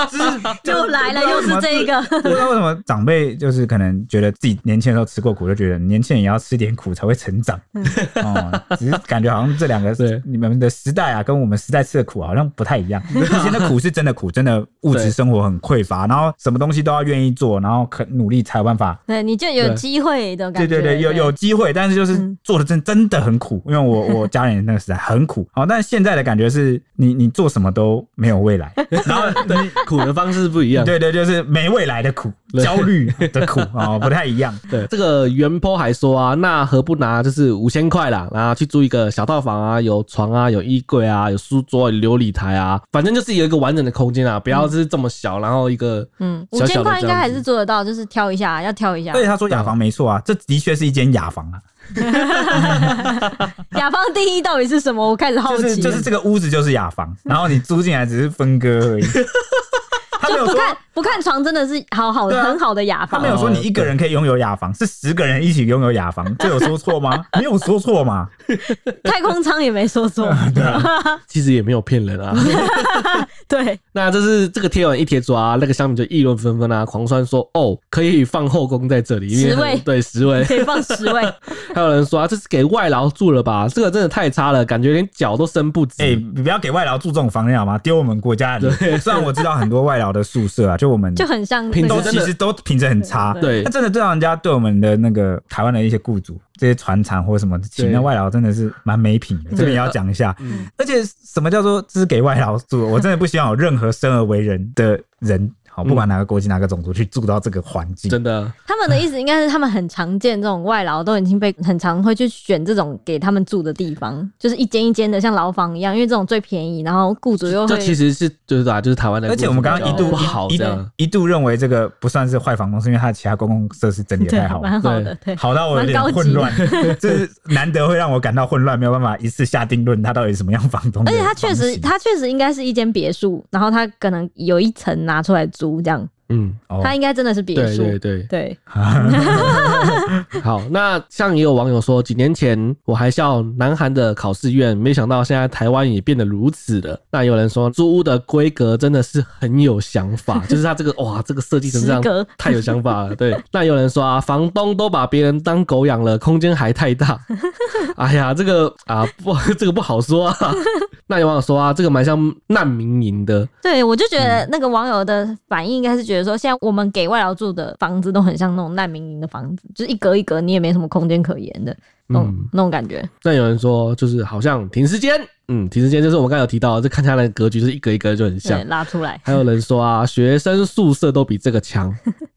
Speaker 2: 就是
Speaker 1: 又来了，又是这一。个。
Speaker 2: 不知道为什么长辈就是可能觉得自己年轻的时候吃过苦，就觉得年轻人也要吃点苦才会成长。
Speaker 1: 嗯
Speaker 2: 哦、只是感觉好像这两个
Speaker 3: 对
Speaker 2: 你们的时代啊，跟我们时代吃的苦好像不太一样。以前的苦是真的苦，真的物质
Speaker 3: 对
Speaker 2: 生活很匮乏，然后什么东西都要愿意做，然后肯努力才有办法
Speaker 1: 对，你就有
Speaker 3: 对
Speaker 1: 机会的感
Speaker 2: 对
Speaker 1: 觉。
Speaker 2: 对对，有有机会，但是就是
Speaker 1: 嗯
Speaker 2: 做的真真的很苦，因为我我家人那个时代很苦。好，但现在的感觉是你你做什么都没有未来，然后你
Speaker 3: 苦的方式不一 样。
Speaker 2: 对对，就是没未来的苦，
Speaker 3: 对
Speaker 2: 焦虑的苦啊、哦，不太一样。
Speaker 3: 对，这个袁坡还说啊，那何不拿就是五千块啦，然后去租一个小套房啊，有床啊，有衣柜啊，有书桌、有琉璃台啊，反正就是有一个完整的空间啊，不要是这么小，然后一个
Speaker 1: 嗯，五
Speaker 3: 小
Speaker 1: 千
Speaker 3: 小的
Speaker 1: 块应该
Speaker 3: 这样
Speaker 1: 还
Speaker 3: 子
Speaker 1: 是做得到，就是挑一下，要挑一下
Speaker 2: 而。且他说雅房没错啊，这的确是一间雅房啊，
Speaker 1: 雅芳定义到底是什么？我开始好
Speaker 2: 就是
Speaker 1: 奇啊
Speaker 2: 就
Speaker 1: 了。
Speaker 2: 是这个屋子就是雅房，然后你租进来只是分割而已。他没有
Speaker 1: 不
Speaker 2: 说
Speaker 1: 看不看床真的是好好的、
Speaker 2: 对啊
Speaker 1: 很好的雅
Speaker 2: 他
Speaker 1: 房
Speaker 2: 没。有说你一个人可以拥有雅房，是十个人一起拥有雅房，这有说错吗？没有说错嘛？
Speaker 1: 太空舱也没说 错，
Speaker 3: 其实也没有骗 人啊。
Speaker 1: 对，
Speaker 3: 那这是这个贴文一贴出啊，那个乡民就议论纷纷啊，狂酸说哦，可以放后宫在这里，因为
Speaker 1: 十位
Speaker 3: 很对 十位，
Speaker 1: 可以放十 位，
Speaker 3: 还有人说啊，这是给外劳住了吧？这个真的太差了，感觉连脚都伸不直。
Speaker 2: 哎、你不要给外劳住这种房间好吗？丢我们国家的脸。虽然我知道很多外劳的宿舍啊，就我们
Speaker 1: 就很像那
Speaker 3: 品
Speaker 2: 都
Speaker 3: 质
Speaker 1: 个
Speaker 3: 真
Speaker 2: 其
Speaker 3: 的
Speaker 2: 实都品质很差。
Speaker 3: 对
Speaker 2: 那，真的对人家对我们的那个台湾的一些雇主，这些船厂或者什么请的外劳真的是蛮没品的，这边也要讲一下。
Speaker 3: 嗯
Speaker 2: 而且什么叫做这是给外劳住？我真的不希望有任何生而为人的人，好不管哪个国籍、哪个种族去住到这个环境。
Speaker 1: 嗯
Speaker 3: 真的，啊
Speaker 1: 他们的意思应该是他们很常见这种外劳都已经被很常会去选这种给他们住的地方，就是一间一间的像牢房一样，因为这种最便宜，然后雇主又
Speaker 3: 这
Speaker 1: 会
Speaker 3: 其实是就是啊，就是台湾的，
Speaker 2: 而且我们刚刚一度
Speaker 3: 不好
Speaker 1: 哦
Speaker 2: 一
Speaker 3: 这样，
Speaker 2: 一度认为这个不算是坏房东，是因为他的其他公共设施整理 的
Speaker 1: 对
Speaker 2: 太好了。
Speaker 1: 蛮好的，对。
Speaker 2: 好到我有点
Speaker 1: 蛮高
Speaker 2: 混
Speaker 1: 级的
Speaker 2: 乱， 这是难得会让我感到混乱，没有办法一次下定论他到底什么样房东的
Speaker 1: 而
Speaker 2: 房
Speaker 1: 且
Speaker 2: 型。
Speaker 1: 它确实，它确实应该是一间别墅，然后它可能有一层拿出来租，这样，
Speaker 3: 嗯，
Speaker 2: 哦
Speaker 1: 它应该真的是别
Speaker 3: 对
Speaker 1: 墅，
Speaker 3: 对对，
Speaker 1: 对
Speaker 3: 好，那像也有网友说，几年前我还笑南韩的考试院，没想到现在台湾也变得如此了。那有人说租屋的规格真的是很有想法，就是他这个哇，这个设计成这样
Speaker 1: 十格，
Speaker 3: 太有想法了。对，那有人说啊，房东都把别人当狗养了，空间还太大。 哎呀，这个啊不， 这个不好说啊。 那有网友说啊，这个蛮像难民营的，
Speaker 1: 对，我就觉得
Speaker 2: 嗯
Speaker 1: 那个网友的反应应该是觉得说，现在我们给外劳住的房子都很像那种难民营的房子，就是一格一格，你也没什么空间可言的，那种、
Speaker 3: 嗯
Speaker 1: 那种感觉。
Speaker 3: 那有人说，就是好像停尸间，嗯，停尸间就是我们刚才有提到，这看起来的格局就是一格一格就很像
Speaker 1: 对，。拉出来，
Speaker 3: 还有人说啊，学生宿舍都比这 个强。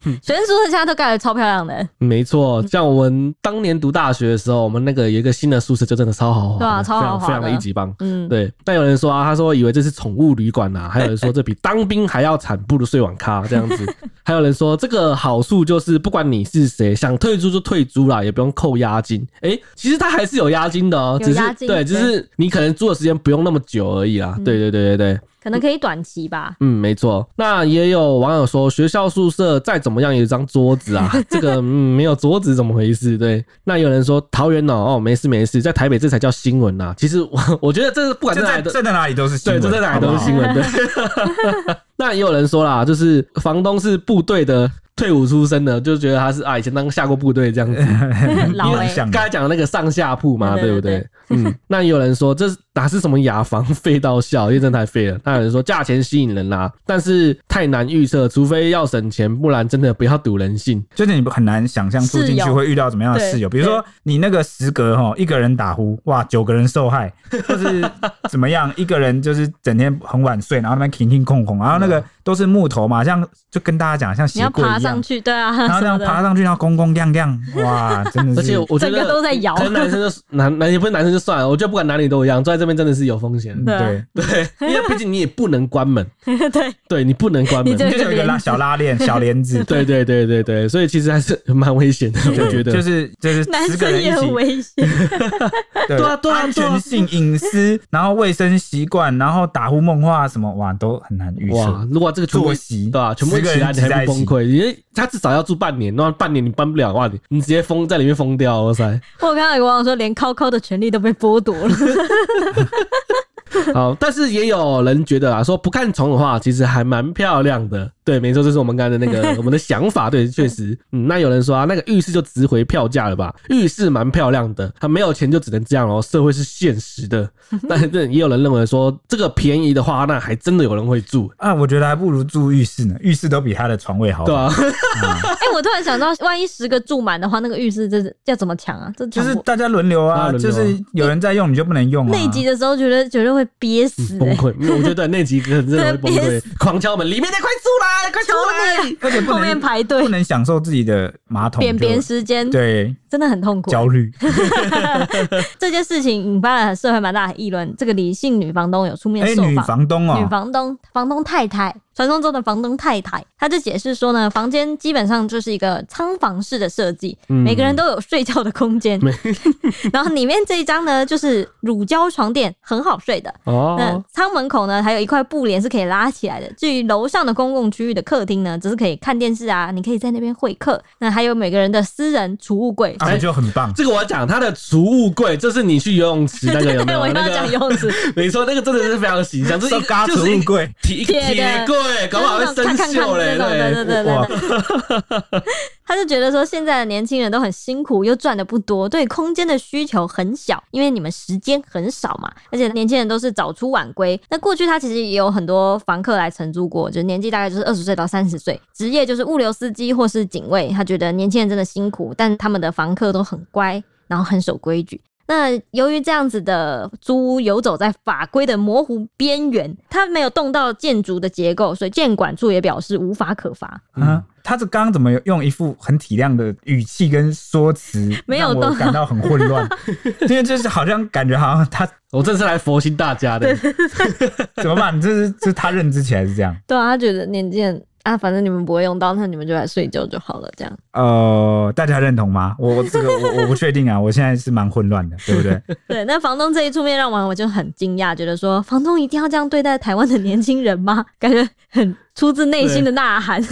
Speaker 1: 学生宿舍现在都盖得超漂亮的，
Speaker 3: 没错，像我们当年读大学的时候，我们那个有一个新的宿舍，就真的超豪华的，
Speaker 1: 对啊超豪华
Speaker 3: 非常非
Speaker 1: 的
Speaker 3: 常一级棒。
Speaker 1: 嗯，
Speaker 3: 对，但有人说啊，他说以为这是宠物旅馆呐、啊，还有人说这比当兵还要惨，不如睡网咖这样子。 还有人说这个好处就是不管你是谁，想退租就退租啦，也不用扣押金。诶、其实它还是有押金的哦、
Speaker 1: 有
Speaker 3: 只是
Speaker 1: 押金嗯
Speaker 3: 对，只是你可能租的时间不用那么久而已啦。对对对对对，
Speaker 1: 可能可以短期 吧。
Speaker 3: 嗯，没错。那也有网友说，学校宿舍再怎么样有一张桌 子啊，这个嗯没有桌子怎么回事？对。那有人说桃园哦哦没事没事，在台北这才叫新闻呐、其实我我觉得这不管
Speaker 2: 这
Speaker 3: 在哪
Speaker 2: 在
Speaker 3: 里都
Speaker 2: 这在哪里都是新
Speaker 3: 对，
Speaker 2: 闻，
Speaker 3: 这在哪
Speaker 2: 好
Speaker 3: 里
Speaker 2: 不好
Speaker 3: 都是
Speaker 1: 哦
Speaker 3: 新闻。对。 那也有人说啦，就是房东是部队的退伍出身的，就觉得他是啊以前当下过部队 这样子。
Speaker 2: 嗯
Speaker 1: 老
Speaker 2: 很
Speaker 1: 哎、
Speaker 2: 像
Speaker 3: 刚才
Speaker 2: 的。
Speaker 3: 讲的那个上下铺嘛，
Speaker 1: 对
Speaker 3: 对不
Speaker 1: 对
Speaker 3: 对？ 嗯，那也有人说这是哪是什么雅房， 废到笑，因为真的太废了。那有人说价钱吸引人啦、但是太难预测，除非要省钱，不然真的不要赌人性。
Speaker 2: 就是你很难想象住进去
Speaker 1: 室友
Speaker 2: 会遇到怎么样的
Speaker 1: 对
Speaker 2: 室友，比如说你那个十格哈，一个人打呼，哇，九个人受害，或是怎么样，一个人就是整天很晚睡，然后那边停停空空，然后那个都是木头嘛，像就跟大家讲像
Speaker 1: 嗯你
Speaker 2: 鞋
Speaker 1: 要
Speaker 2: 柜
Speaker 1: 爬
Speaker 2: 一
Speaker 1: 上
Speaker 2: 样，
Speaker 1: 去，对啊，
Speaker 2: 然后
Speaker 1: 什
Speaker 2: 这样
Speaker 1: 么的
Speaker 2: 爬上去，然后光光亮亮， 哇，真的
Speaker 3: 而且
Speaker 2: 是，
Speaker 3: 我觉
Speaker 1: 整个都
Speaker 3: 得。
Speaker 1: 在摇
Speaker 3: 可，能男生就是男男也不是男生就算了，我觉得不管哪里都一样，坐在这边真的是有风险
Speaker 2: 嗯
Speaker 3: 的，
Speaker 2: 对
Speaker 1: 对，
Speaker 3: 对，因为毕竟你也不能关门，
Speaker 1: 对，
Speaker 3: 对你不能关门
Speaker 1: 你，这
Speaker 2: 就是有一个拉小拉链、小帘子，
Speaker 3: 对对对对对，所以其实还是蛮危险的， 我觉得
Speaker 2: 就。是就是
Speaker 1: 男
Speaker 2: 十个
Speaker 1: 生
Speaker 2: 人一
Speaker 1: 也
Speaker 2: 起
Speaker 1: 很，危险，
Speaker 2: 对
Speaker 3: 对啊对啊
Speaker 2: 安
Speaker 3: 对啊
Speaker 2: 全性、隐私，然后卫生习惯，然后打呼梦话什么，哇，都很难预
Speaker 3: 哇
Speaker 2: 测。，
Speaker 3: 如果这个全部
Speaker 2: 作息
Speaker 3: 对吧、啊全部
Speaker 2: 十个
Speaker 3: 起来
Speaker 2: 人
Speaker 3: 你
Speaker 2: 挤在
Speaker 3: 还
Speaker 2: 一
Speaker 3: 不崩
Speaker 2: 起，
Speaker 3: 溃？因为他至少要住半年，那半年你搬不了，哇，你你直接封在里面封掉，哇塞！
Speaker 1: 我看到有网友说，连 Coco 的权利都被剥夺了。
Speaker 3: 好，但是也有人觉得啊，说不看虫的话，其实还蛮漂亮的。对，没错，这是我们刚才的 那个我们的想法。对，确实，嗯，那有人说啊，那个浴室就值回票价了吧？浴室蛮漂亮的，他没有钱就只能这样哦。社会是现 实的，但是也有人认为说，这个便宜的话，那还真的有人会住，
Speaker 2: 啊，我觉得还不如住浴室呢，浴室都比他的床位好。
Speaker 3: 对啊，
Speaker 1: 哎、我突然想到，万一十个住满的话，那个浴室这是要怎么抢啊？这
Speaker 2: 就
Speaker 1: 抢
Speaker 2: 是
Speaker 1: 不
Speaker 2: 大家轮流
Speaker 3: 大家
Speaker 2: 啊，
Speaker 3: 轮
Speaker 2: 就
Speaker 3: 流啊
Speaker 2: 是有人在用你就不能用啊。
Speaker 1: 内急的时候，觉得绝对会憋
Speaker 2: 嗯
Speaker 1: 死、
Speaker 3: 崩
Speaker 1: 欸。
Speaker 3: 溃。因为我觉得那集可能真的会崩
Speaker 1: 真的憋
Speaker 3: 溃，狂敲门，里面的快出来，快
Speaker 1: 求
Speaker 3: 出来！
Speaker 2: 而且
Speaker 1: 你
Speaker 2: 啊不
Speaker 1: 啊啊！后
Speaker 2: 能
Speaker 1: 面排队
Speaker 2: 不，能享受自己的马桶就，
Speaker 1: 扁扁时间，
Speaker 2: 对
Speaker 1: 真的很痛苦。
Speaker 2: 焦虑。
Speaker 1: 这件事情引发了社会蛮大的议论。这个李姓女房东有出面
Speaker 2: 哎，
Speaker 1: 受
Speaker 2: 女
Speaker 1: 访，
Speaker 2: 房东
Speaker 1: 女
Speaker 2: 哦，
Speaker 1: 房东、房东太太传说中的房东太太，她就解释说呢，房间基本上就是一个仓房式的设计，
Speaker 2: 嗯
Speaker 1: 每个人都有睡觉的空间。 然后里面这一张呢，就是乳胶床垫，很好睡的。那
Speaker 3: 哦，
Speaker 1: 舱门口呢，还有一块布帘是可以拉起来的。至于楼上的公共区域的客厅呢，只是可以看电视啊，你可以在那边会客。那还有每个人的私人储物柜。
Speaker 3: 哎
Speaker 2: 啊，就很棒。
Speaker 3: 这个我要讲，它的储物柜就是你去游泳池那个有没
Speaker 1: 对，
Speaker 3: 有？
Speaker 1: 我要
Speaker 3: 那
Speaker 1: 讲
Speaker 3: 个
Speaker 1: 游泳池，
Speaker 3: 没错，那个真的是非常形象，就是一
Speaker 2: 是
Speaker 3: 个
Speaker 2: 嘎
Speaker 3: 就
Speaker 2: 储
Speaker 3: 是一
Speaker 2: 物
Speaker 3: 个
Speaker 2: 柜，
Speaker 3: 铁
Speaker 1: 铁的
Speaker 3: 铁柜，搞不好会
Speaker 1: 就是那种
Speaker 3: 生
Speaker 1: 看看
Speaker 3: 锈
Speaker 1: 看
Speaker 3: 嘞。
Speaker 1: 那种对对对
Speaker 2: 哇
Speaker 1: 对对。 他就觉得说，现在的年轻人都很辛苦，又赚的不多，对空间的需求很小，因为你们时间很少嘛，而且年轻人都是早出晚归。那过去他其实也有很多房客来承租过，就是年纪大概就是二十岁到三十岁，职业就是物流司机或是警卫。他觉得年轻人真的辛苦，但他们的房客都很乖，然后很守规矩。那由于这样子的租屋游走在法规的模糊边缘，它没有动到建筑的结构，所以建管处也表示无法可罚。
Speaker 3: 嗯
Speaker 2: 啊，他这刚刚怎么有用一副很体谅的语气跟说辞，
Speaker 1: 没有
Speaker 2: 让我
Speaker 1: 动
Speaker 2: 感到很混 乱，因为就是好像感觉好像他
Speaker 3: 我这次来佛心大家的，
Speaker 2: 怎么办？这是这是他认知起来是这样。
Speaker 1: 对啊，他觉得年纪很啊，反正你们不会用到，那你们就来睡觉就好了，这样。
Speaker 2: 呃，大家认同吗？我我这个我我不确定啊，我现在是蛮混乱的，对 不对？
Speaker 1: 对，那房东这一出面让完，我就很惊讶，觉得说房东一定要这样对待台湾的年轻人吗？ 感觉很出自内心的呐喊。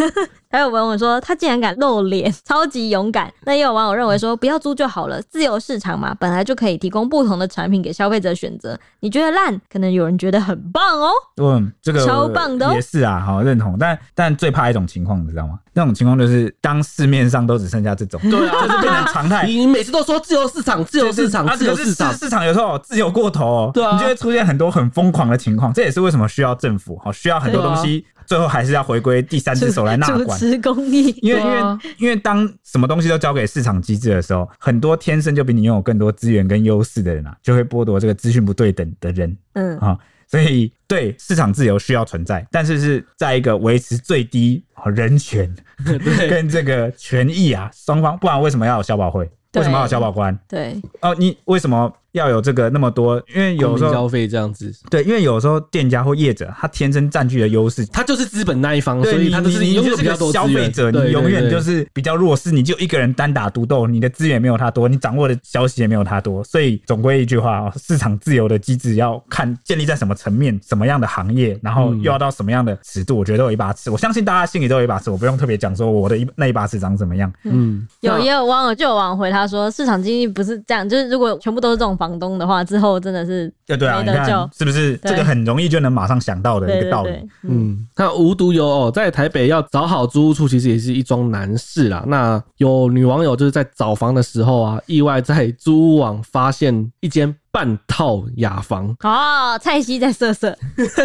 Speaker 1: 还有网友说他竟然敢露脸，超级勇敢。那也有网友认为说不要租就好了，自由市场嘛，本来就可以提供不同的产品给消费者选择。你觉得烂，可能有人觉得很棒哦。
Speaker 2: 嗯，这个
Speaker 1: 超棒的哦
Speaker 2: 也是啊，好认同。但但最怕一种情况，你知道吗？那种情况就是当市面上都只剩下这种，
Speaker 3: 对 啊，
Speaker 2: 就是变成常态。
Speaker 3: 你你每次都说自由市场，自由市场
Speaker 2: 啊，
Speaker 3: 自由
Speaker 2: 可是
Speaker 3: 市场，
Speaker 2: 市场有时候自由过头、哦，
Speaker 3: 对啊
Speaker 2: 你就会出现很多很疯狂的情况。这也是为什么需要政府，好需要很多
Speaker 3: 啊
Speaker 2: 东西，最后还是要回归第三只手来纳
Speaker 1: 主
Speaker 2: 管。
Speaker 1: 持公益，
Speaker 2: 因为因
Speaker 3: 对
Speaker 2: 为
Speaker 3: 啊
Speaker 2: 因为当什么东西都交给市场机制的时候，很多天生就比你拥有更多资源跟优势的人啊，就会剥夺这个资讯不对等的人
Speaker 1: 嗯，
Speaker 2: 啊、所以对市场自由需要存在，但是是在一个维持最低哦人权
Speaker 3: 对，
Speaker 2: 跟这个权益啊双方，不然为什么要有消保会？为什么要有消保官？
Speaker 1: 对，
Speaker 2: 哦，你为什么要有这个那么多？因为有时
Speaker 3: 消
Speaker 2: 候
Speaker 3: 费这样子，
Speaker 2: 对，因为有时候店家或业者他天生占据了优势。
Speaker 3: 他就是资本那一哦方，所
Speaker 2: 对
Speaker 3: 以
Speaker 2: 你，
Speaker 3: 他
Speaker 2: 你
Speaker 3: 就是
Speaker 2: 你
Speaker 3: 拥
Speaker 2: 就
Speaker 3: 有
Speaker 2: 是
Speaker 3: 比较
Speaker 2: 个
Speaker 3: 多
Speaker 2: 消
Speaker 3: 资
Speaker 2: 费
Speaker 3: 源
Speaker 2: 者，
Speaker 3: 对
Speaker 2: 你永远
Speaker 3: 对
Speaker 2: 就
Speaker 3: 对
Speaker 2: 是比较弱势，你就一个人单打独斗，你的资源没有他多，你掌握的消息也没有他多，所以总归一句话哦，市场自由的机制要看建立在什么层面、什么样的行业，然后
Speaker 3: 嗯
Speaker 2: 又要到什么样的尺度，我觉得都有一把尺。我相信大家心里都有一把尺，我不用特别讲说我的一那一把尺长什么样。
Speaker 3: 嗯，
Speaker 1: 有
Speaker 3: 那
Speaker 1: 也有网友就有网友回他说，市场经济不是这样，就是如果全部都是这种房东的话，之后真的是
Speaker 2: 对对啊，
Speaker 1: 没
Speaker 2: 你
Speaker 1: 得
Speaker 2: 看
Speaker 1: 救
Speaker 2: 是不是这个
Speaker 1: 对
Speaker 2: 很容易就能马上想到的
Speaker 1: 对
Speaker 2: 一个
Speaker 1: 对
Speaker 2: 道理？
Speaker 1: 对，嗯，
Speaker 3: 嗯，那无独有偶，在台北要找好租屋处，其实也是一桩难事啦。那有女网友就是在找房的时候啊，意外在租屋网发现一间半套雅房，
Speaker 1: 哦，蔡西在瑟瑟，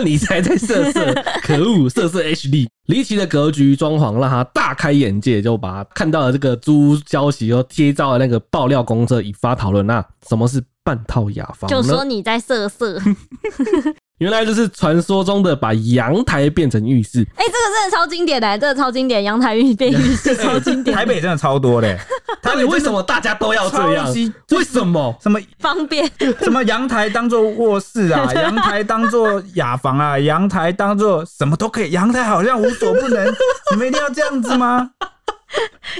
Speaker 3: 你才在色色， 可恶，色色 HD。离奇的格局装潢让他大开眼界，就把看到了这个租屋消息，又贴照了那个爆料公社，引发讨论。那什么是半套雅房呢？
Speaker 1: 就说你在哎瑟 瑟，
Speaker 3: 原来就是传说中的把阳台变成浴室，
Speaker 1: 哎、这个真的超经典的、这个超经典，阳台浴变浴室超经典，
Speaker 2: 台北真的超多 的、欸
Speaker 3: 到底为什么大家都要这样
Speaker 2: 超级？
Speaker 3: 为什么？
Speaker 2: 什么
Speaker 1: 方便，
Speaker 2: 什么阳台当做卧室啊，阳台当做雅房啊，阳台当做什么都可以，阳台好像无所不能，你们一定要这样子吗？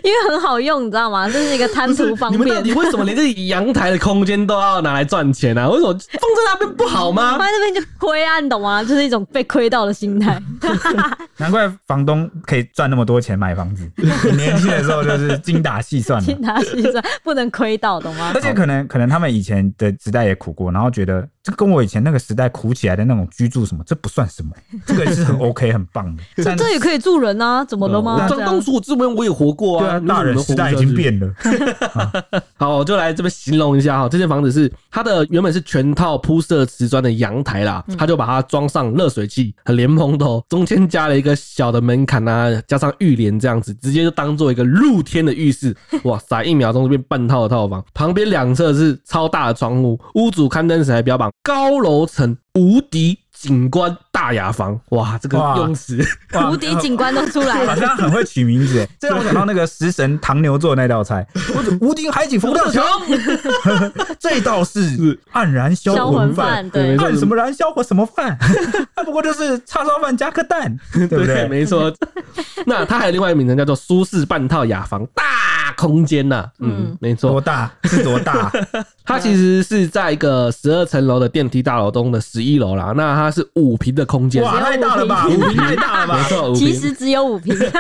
Speaker 1: 因为很好用，你知道吗？这是一个贪
Speaker 3: 不是
Speaker 1: 图方
Speaker 3: 你们到
Speaker 1: 便
Speaker 3: 底。为什么连这阳台的空间都要拿来赚钱啊？为什么放在那边不好
Speaker 1: 放
Speaker 3: 吗？
Speaker 1: 在那边就亏啊，你懂吗？就是一种被亏到的心态。
Speaker 2: 难怪房东可以赚那么多钱买房子，年轻的时候就是精打细算 了
Speaker 1: 精。打细算，不能亏到，懂吗
Speaker 2: 而？且可能可能他们以前的时代也苦过，然后觉得这跟我以前那个时代苦起来的那种居住什么，这不算什么，这个是很 OK 很棒的。但
Speaker 1: 这也可以住人啊，怎么了吗？
Speaker 3: 呃我
Speaker 1: 这
Speaker 3: 张
Speaker 1: 样
Speaker 3: 东楚之门我也活过
Speaker 2: 对
Speaker 3: 啊，
Speaker 2: 啊，
Speaker 3: 你为什
Speaker 2: 大
Speaker 3: 么
Speaker 2: 人
Speaker 3: 能活
Speaker 2: 时
Speaker 3: 不
Speaker 2: 代已
Speaker 3: 下
Speaker 2: 经
Speaker 3: 去
Speaker 2: 变了。
Speaker 3: 好，我就来这边形容一下哈，这间房子是它的原本是全套铺设瓷砖的阳台啦，它就把它装上热水器、很莲蓬头，哦中间加了一个小的门槛啊，加上浴帘这样子，直接就当做一个露天的浴室。哇塞，一秒钟就变半套的套房，旁边两侧是超大的窗户，屋主刊登时还标榜高楼层无敌。景观大雅房，哇，这个
Speaker 2: 哇
Speaker 3: 用词
Speaker 2: 哇
Speaker 1: 无敌景观都出来
Speaker 2: 好
Speaker 1: 了。
Speaker 2: 像很会取 名字耶，这让我想到那个食神唐牛座那道菜，我只无敌海景 浮吊桥，这道是黯然销
Speaker 1: 销
Speaker 2: 魂
Speaker 1: 魂
Speaker 2: 饭。
Speaker 1: 饭，
Speaker 3: 对
Speaker 1: 对
Speaker 3: 没，错
Speaker 2: 按什么燃销或什么饭， 它不过就是叉烧饭加颗 蛋，对不对？
Speaker 3: 没错。 那它还有另外一个名称叫做舒适半套雅房大空间呐、嗯，
Speaker 1: 嗯
Speaker 3: 没错
Speaker 2: 多，大是多 大？
Speaker 3: 它其实是在一个十二层楼的电梯大楼中的十一楼啦。那它是五平的空间，
Speaker 2: 哇，太大了 吧！
Speaker 3: 五
Speaker 2: 五
Speaker 3: 平
Speaker 2: 平太大了
Speaker 3: 没
Speaker 2: 吧？
Speaker 3: 错，五
Speaker 1: 其
Speaker 3: 平。
Speaker 1: 实只有五平，
Speaker 3: 啊，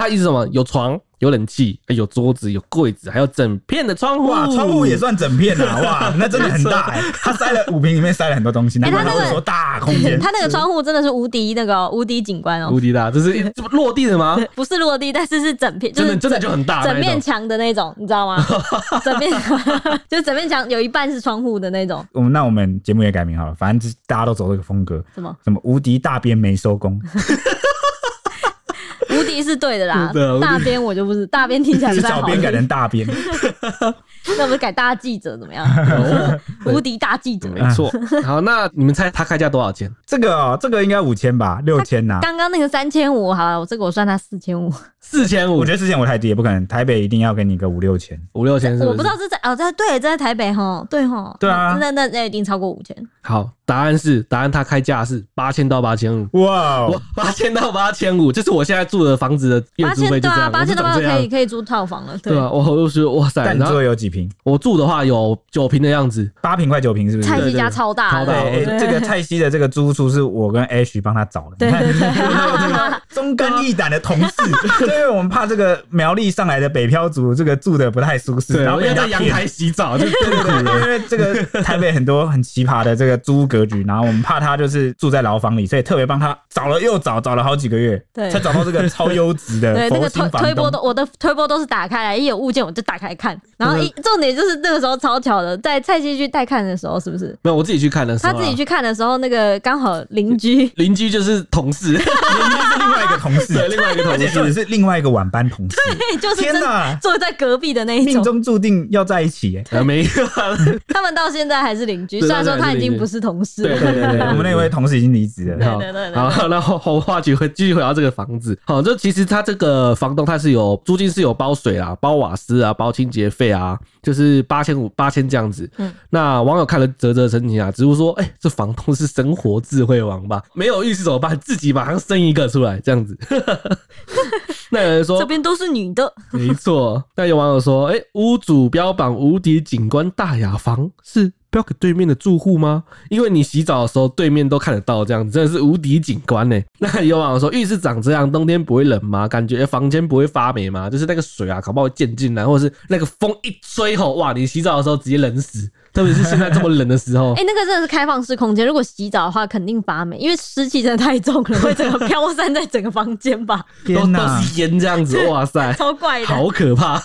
Speaker 3: 它意思是什么？有床，有冷气，有桌子，有柜子，还有整片的窗户。
Speaker 2: 哇，
Speaker 1: 哦
Speaker 2: 窗户也算整片 啊！哇，那真的很大哎、它塞了五瓶，里面塞了很多东西，难怪
Speaker 1: 它
Speaker 2: 他
Speaker 1: 哎那个
Speaker 2: 会说大空 间。
Speaker 1: 它那个窗户真的是无敌那个哦无敌景观哦
Speaker 3: 无，敌大，这是这不落地的吗？
Speaker 1: 不是落地，但是是整片，就
Speaker 3: 真
Speaker 1: 是
Speaker 3: 的真的就很大，
Speaker 1: 整
Speaker 3: 那一
Speaker 1: 面
Speaker 3: 种。
Speaker 1: 墙的那种，你知道吗？整面 墙就是整面墙有一半是窗户的那种，
Speaker 2: 我们那我们节目也改名好了，反正大家都走这个风格，
Speaker 1: 什么
Speaker 2: 什么无敌大边没收工，
Speaker 1: 无敌是对的啦
Speaker 3: 对啊无敌
Speaker 1: 大边我就不是，大边听起来
Speaker 2: 是
Speaker 1: 比较
Speaker 2: 小
Speaker 1: 好
Speaker 2: 编
Speaker 1: 听。
Speaker 2: 改成大边，
Speaker 1: 那我们改大记者怎 么样？
Speaker 3: 哦
Speaker 1: 无敌大记者。
Speaker 2: 啊
Speaker 3: 没错。好，那你们猜它开价多少钱？
Speaker 2: 这个哦，这个应该五千吧，六千呐。
Speaker 1: 刚刚那个三千五，好了，我这个我算他四千五，
Speaker 3: 四千五
Speaker 2: 我觉，得之前我太低，也不可能，台北一定要给你个五六千。
Speaker 3: 五六千是
Speaker 1: 我
Speaker 3: 不
Speaker 1: 不知
Speaker 3: 是
Speaker 1: 道？是在哦，在对，这在台北哈，对哈，
Speaker 2: 对啊
Speaker 1: 那那那一定超过五千，
Speaker 3: 好，答案是答案，它开价是八千到八千五。
Speaker 2: 哇哦
Speaker 3: 我，八千到八千五，这是我现在住的房子的月
Speaker 1: 八
Speaker 3: 租
Speaker 1: 千对
Speaker 3: 费就这
Speaker 1: 啊，
Speaker 3: 样，
Speaker 1: 八千的
Speaker 3: 我就
Speaker 1: 话
Speaker 3: 长这
Speaker 1: 可以
Speaker 3: 样。
Speaker 1: 可以租套房了，对
Speaker 3: 对啊，我我就觉得哇塞，
Speaker 2: 但你
Speaker 3: 然后
Speaker 2: 桌有几瓶？
Speaker 3: 我住的话有九平的样子，
Speaker 2: 八瓶快九瓶是不是？
Speaker 1: 蔡
Speaker 3: 对
Speaker 1: 西家超大
Speaker 3: 超
Speaker 1: 的
Speaker 3: 大，
Speaker 2: 对，欸这个蔡西的这个租处是我跟 H 帮他找的，你看这 个忠肝义胆的同事， 就因为我们怕这个苗栗上来的北漂族这个住的不太舒适，
Speaker 3: 对，
Speaker 2: 然后
Speaker 3: 我
Speaker 2: 被
Speaker 3: 要
Speaker 2: 人家
Speaker 3: 在阳
Speaker 2: 骗。
Speaker 3: 台洗澡， 就
Speaker 2: 对对对，因为这个台北很多很奇葩的这个租屋格局，然后我们怕他就是住在牢房里，所以特别帮他找了又找，找了好几个月，
Speaker 1: 对
Speaker 2: 才找到这个超优质 的
Speaker 1: 对，那
Speaker 2: 佛
Speaker 1: 个
Speaker 2: 心
Speaker 1: 推
Speaker 2: 房
Speaker 1: 推波
Speaker 2: 东
Speaker 1: 都。我的推波都是打开来，一有物件我就打开看，然后一重点就是那个时候超巧的，在蔡西去带看的时候，是不是？
Speaker 3: 没有我自己去看的时候
Speaker 1: 他
Speaker 3: 啊，
Speaker 1: 自己去看的时候，那个刚好邻 居
Speaker 3: 邻居就是同 事，
Speaker 2: 人家是另外一个 同事，
Speaker 3: 对，另外一个
Speaker 2: 而
Speaker 3: 同
Speaker 2: 且
Speaker 3: 事
Speaker 2: 重点是另外一个晚班同事，
Speaker 1: 就是
Speaker 2: 天
Speaker 1: 真
Speaker 2: 哪
Speaker 1: 坐在隔壁的那一
Speaker 2: 命
Speaker 1: 种，
Speaker 2: 中注定要在一起耶。
Speaker 3: 呃，没有，
Speaker 1: 他们到现在还是邻居，
Speaker 3: 对
Speaker 1: 虽然说
Speaker 3: 到现在
Speaker 1: 他
Speaker 3: 还是
Speaker 1: 已
Speaker 3: 邻
Speaker 1: 经
Speaker 3: 居
Speaker 1: 不是同事
Speaker 3: 对
Speaker 1: 了。
Speaker 3: 对对对，
Speaker 2: 我们那位同事已经离职了
Speaker 1: 对。
Speaker 3: 好
Speaker 1: 对对对
Speaker 3: 好，然后我话题回继续回到这个房子，好，就其实他这个房东他是有租金是有包水啊、包瓦斯啊、包清洁费啊，就是八千五、八千这样子。
Speaker 1: 嗯
Speaker 3: 那网友看了啧啧称奇啊，直呼说：“哎、这房东是生活智慧王吧？没有浴室怎么办？自己马上生一个出来这样子。” 那有人说
Speaker 1: 这边都是女的，：“
Speaker 3: 没错。”那有网友说：“哎、屋主标榜无敌景观大雅房是。”标给对面的住户吗？因为你洗澡的时候，对面都看得到，这样子真的是无敌景观呢、欸 那有网友说，浴室长这样，冬天不会冷吗？感觉欸房间不会发霉吗？就是那个水啊，搞不好会溅进来，或者是那个风一吹吼，哇，你洗澡的时候直接冷死，特别是现在这么冷的时候
Speaker 1: 哎、，那个真的是开放式空间，如果洗澡的话，肯定发霉，因为湿气真的太重了，会整个 飘散在整个房间吧，
Speaker 3: 都
Speaker 2: 天
Speaker 3: 都
Speaker 2: 哪！
Speaker 3: 是烟这样子，哇 塞，
Speaker 1: 超怪的，
Speaker 3: 好可怕、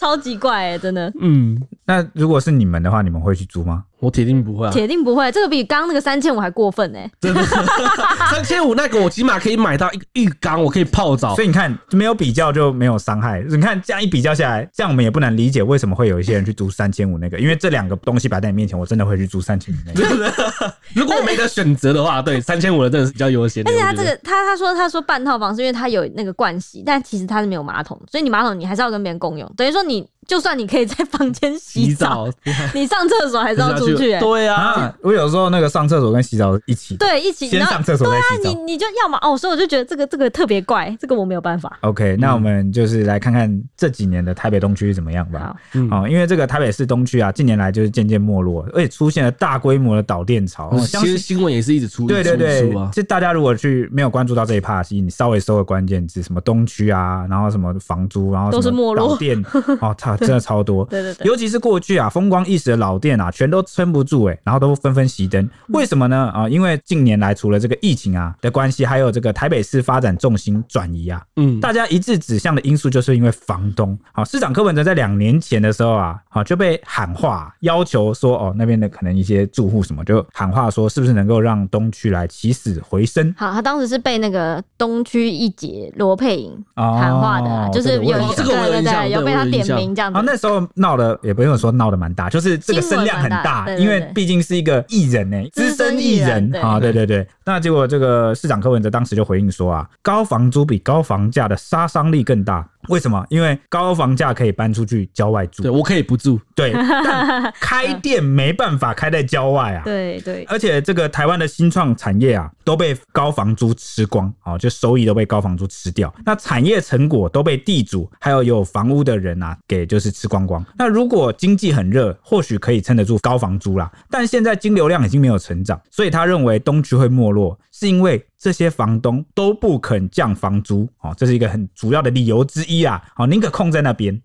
Speaker 1: 超级怪、欸，真的，
Speaker 3: 嗯，
Speaker 2: 那如果是你们的话，你们会去租吗？
Speaker 3: 我铁定不会啊，
Speaker 1: 铁定不会，这个比刚刚那个三千五还过分哎、
Speaker 3: 真的，三千五那个我起码可以买到一个浴缸，我可以泡澡
Speaker 2: 所。以你看，没有比较就没有伤害。你看这样一比较下来，这样我们也不难理解为什么会有一些人去租三千五那个，因为这两个东西摆在你面前，我真的会去租三千五
Speaker 3: 嗯
Speaker 2: 那个。
Speaker 3: 如果我没得选择的话，对三千五的真的是比较优先的。
Speaker 1: 而且他
Speaker 3: 我觉
Speaker 1: 这
Speaker 3: 得
Speaker 1: 个，他他说他说半套房是因为他有那个盥洗，但其实他是没有马桶，所以你马桶你还是要跟别人共用，等于说你就算你可以在房间洗
Speaker 3: 洗
Speaker 1: 澡，
Speaker 3: 澡
Speaker 1: 你上厕所还是要出去、欸，
Speaker 3: 对啊，
Speaker 2: 啊，我有时候那个上厕所跟洗澡一起，
Speaker 1: 对，一起
Speaker 2: 先
Speaker 1: 然后
Speaker 2: 上厕所
Speaker 1: 对
Speaker 2: 再
Speaker 1: 啊，
Speaker 2: 洗
Speaker 1: 你
Speaker 2: 澡。
Speaker 1: 你就要嘛哦，所以我就觉得这个这个特别怪，这个我没有办法。
Speaker 2: OK，那我们就是来看看这几年的台北东区是怎么样吧
Speaker 1: 好。
Speaker 3: 嗯
Speaker 2: 哦，因为这个台北市东区啊，近年来就是渐渐没落，而且出现了大规模的导电潮。哦相
Speaker 3: 其
Speaker 2: 信
Speaker 3: 实新闻也是一直出，
Speaker 2: 对对
Speaker 3: 一直
Speaker 2: 对
Speaker 3: 出啊，
Speaker 2: 就大家如果去没有关注到这一 part，你稍微搜个关键字，什么东区啊， 然后什么房租，然后什
Speaker 1: 都
Speaker 2: 么
Speaker 1: 是没落
Speaker 2: 老 店，哦，操，真的超多。
Speaker 1: 对对对，
Speaker 2: 尤其是过去啊，风光一时的老店啊，全都撑不住哎、然后都纷纷熄
Speaker 1: 嗯
Speaker 2: 灯。为什么呢？啊、因为近年来除了这个疫情啊的关系，还有这个台北市发展重心转移啊，
Speaker 3: 嗯，
Speaker 2: 大家一致指向的因素，就是因为房东。好，市长柯文哲在两年前的时候啊，好就被喊话要求说，哦，那边的可能一些住户什么，就喊话说，是不是能够让东区来起死回生？
Speaker 1: 好，他当时是被那个东区一姐罗佩颖
Speaker 2: 哦
Speaker 1: 喊话的啦，就
Speaker 2: 这
Speaker 1: 是
Speaker 2: 个
Speaker 1: 有
Speaker 2: 哦我有
Speaker 3: 印象这个
Speaker 1: 对
Speaker 3: 我有
Speaker 1: 对
Speaker 3: 印象
Speaker 1: 对，有被
Speaker 3: 对我
Speaker 1: 他
Speaker 3: 有印
Speaker 1: 点
Speaker 3: 象
Speaker 1: 名这样样
Speaker 2: 然后
Speaker 1: 的。
Speaker 2: 啊哦那时候闹的也不用说闹得蛮大，就是这个声量很
Speaker 1: 新
Speaker 2: 大，
Speaker 1: 闻蛮大
Speaker 2: 因为
Speaker 1: 对对对
Speaker 2: 毕竟是一个艺人呢、资
Speaker 1: 资
Speaker 2: 深
Speaker 1: 深艺
Speaker 2: 艺
Speaker 1: 人
Speaker 2: 人
Speaker 1: 对
Speaker 2: 啊，对对对。那结果这个市长柯文哲当时就回应说啊，高房租比高房价的杀伤力更大。为什么？因为高房价可以搬出去郊外
Speaker 3: 对
Speaker 2: 住，
Speaker 3: 我可以不住，
Speaker 2: 对，但开店没办法开在郊外啊。
Speaker 1: 对对，
Speaker 2: 而且这个台湾的新创产业啊，都被高房租吃光啊、哦，就收益都被高房租吃掉。那产业成果都被地主还有有房屋的人啊，给就是吃光光。那如果经济很热，或许可以撑得住高房租啦。但现在金流量已经没有成长，所以他认为东区会没落，是因为这些房东都不肯降房租哦，这是一个很主要的理由之一啊。好、哦，宁可空在那边。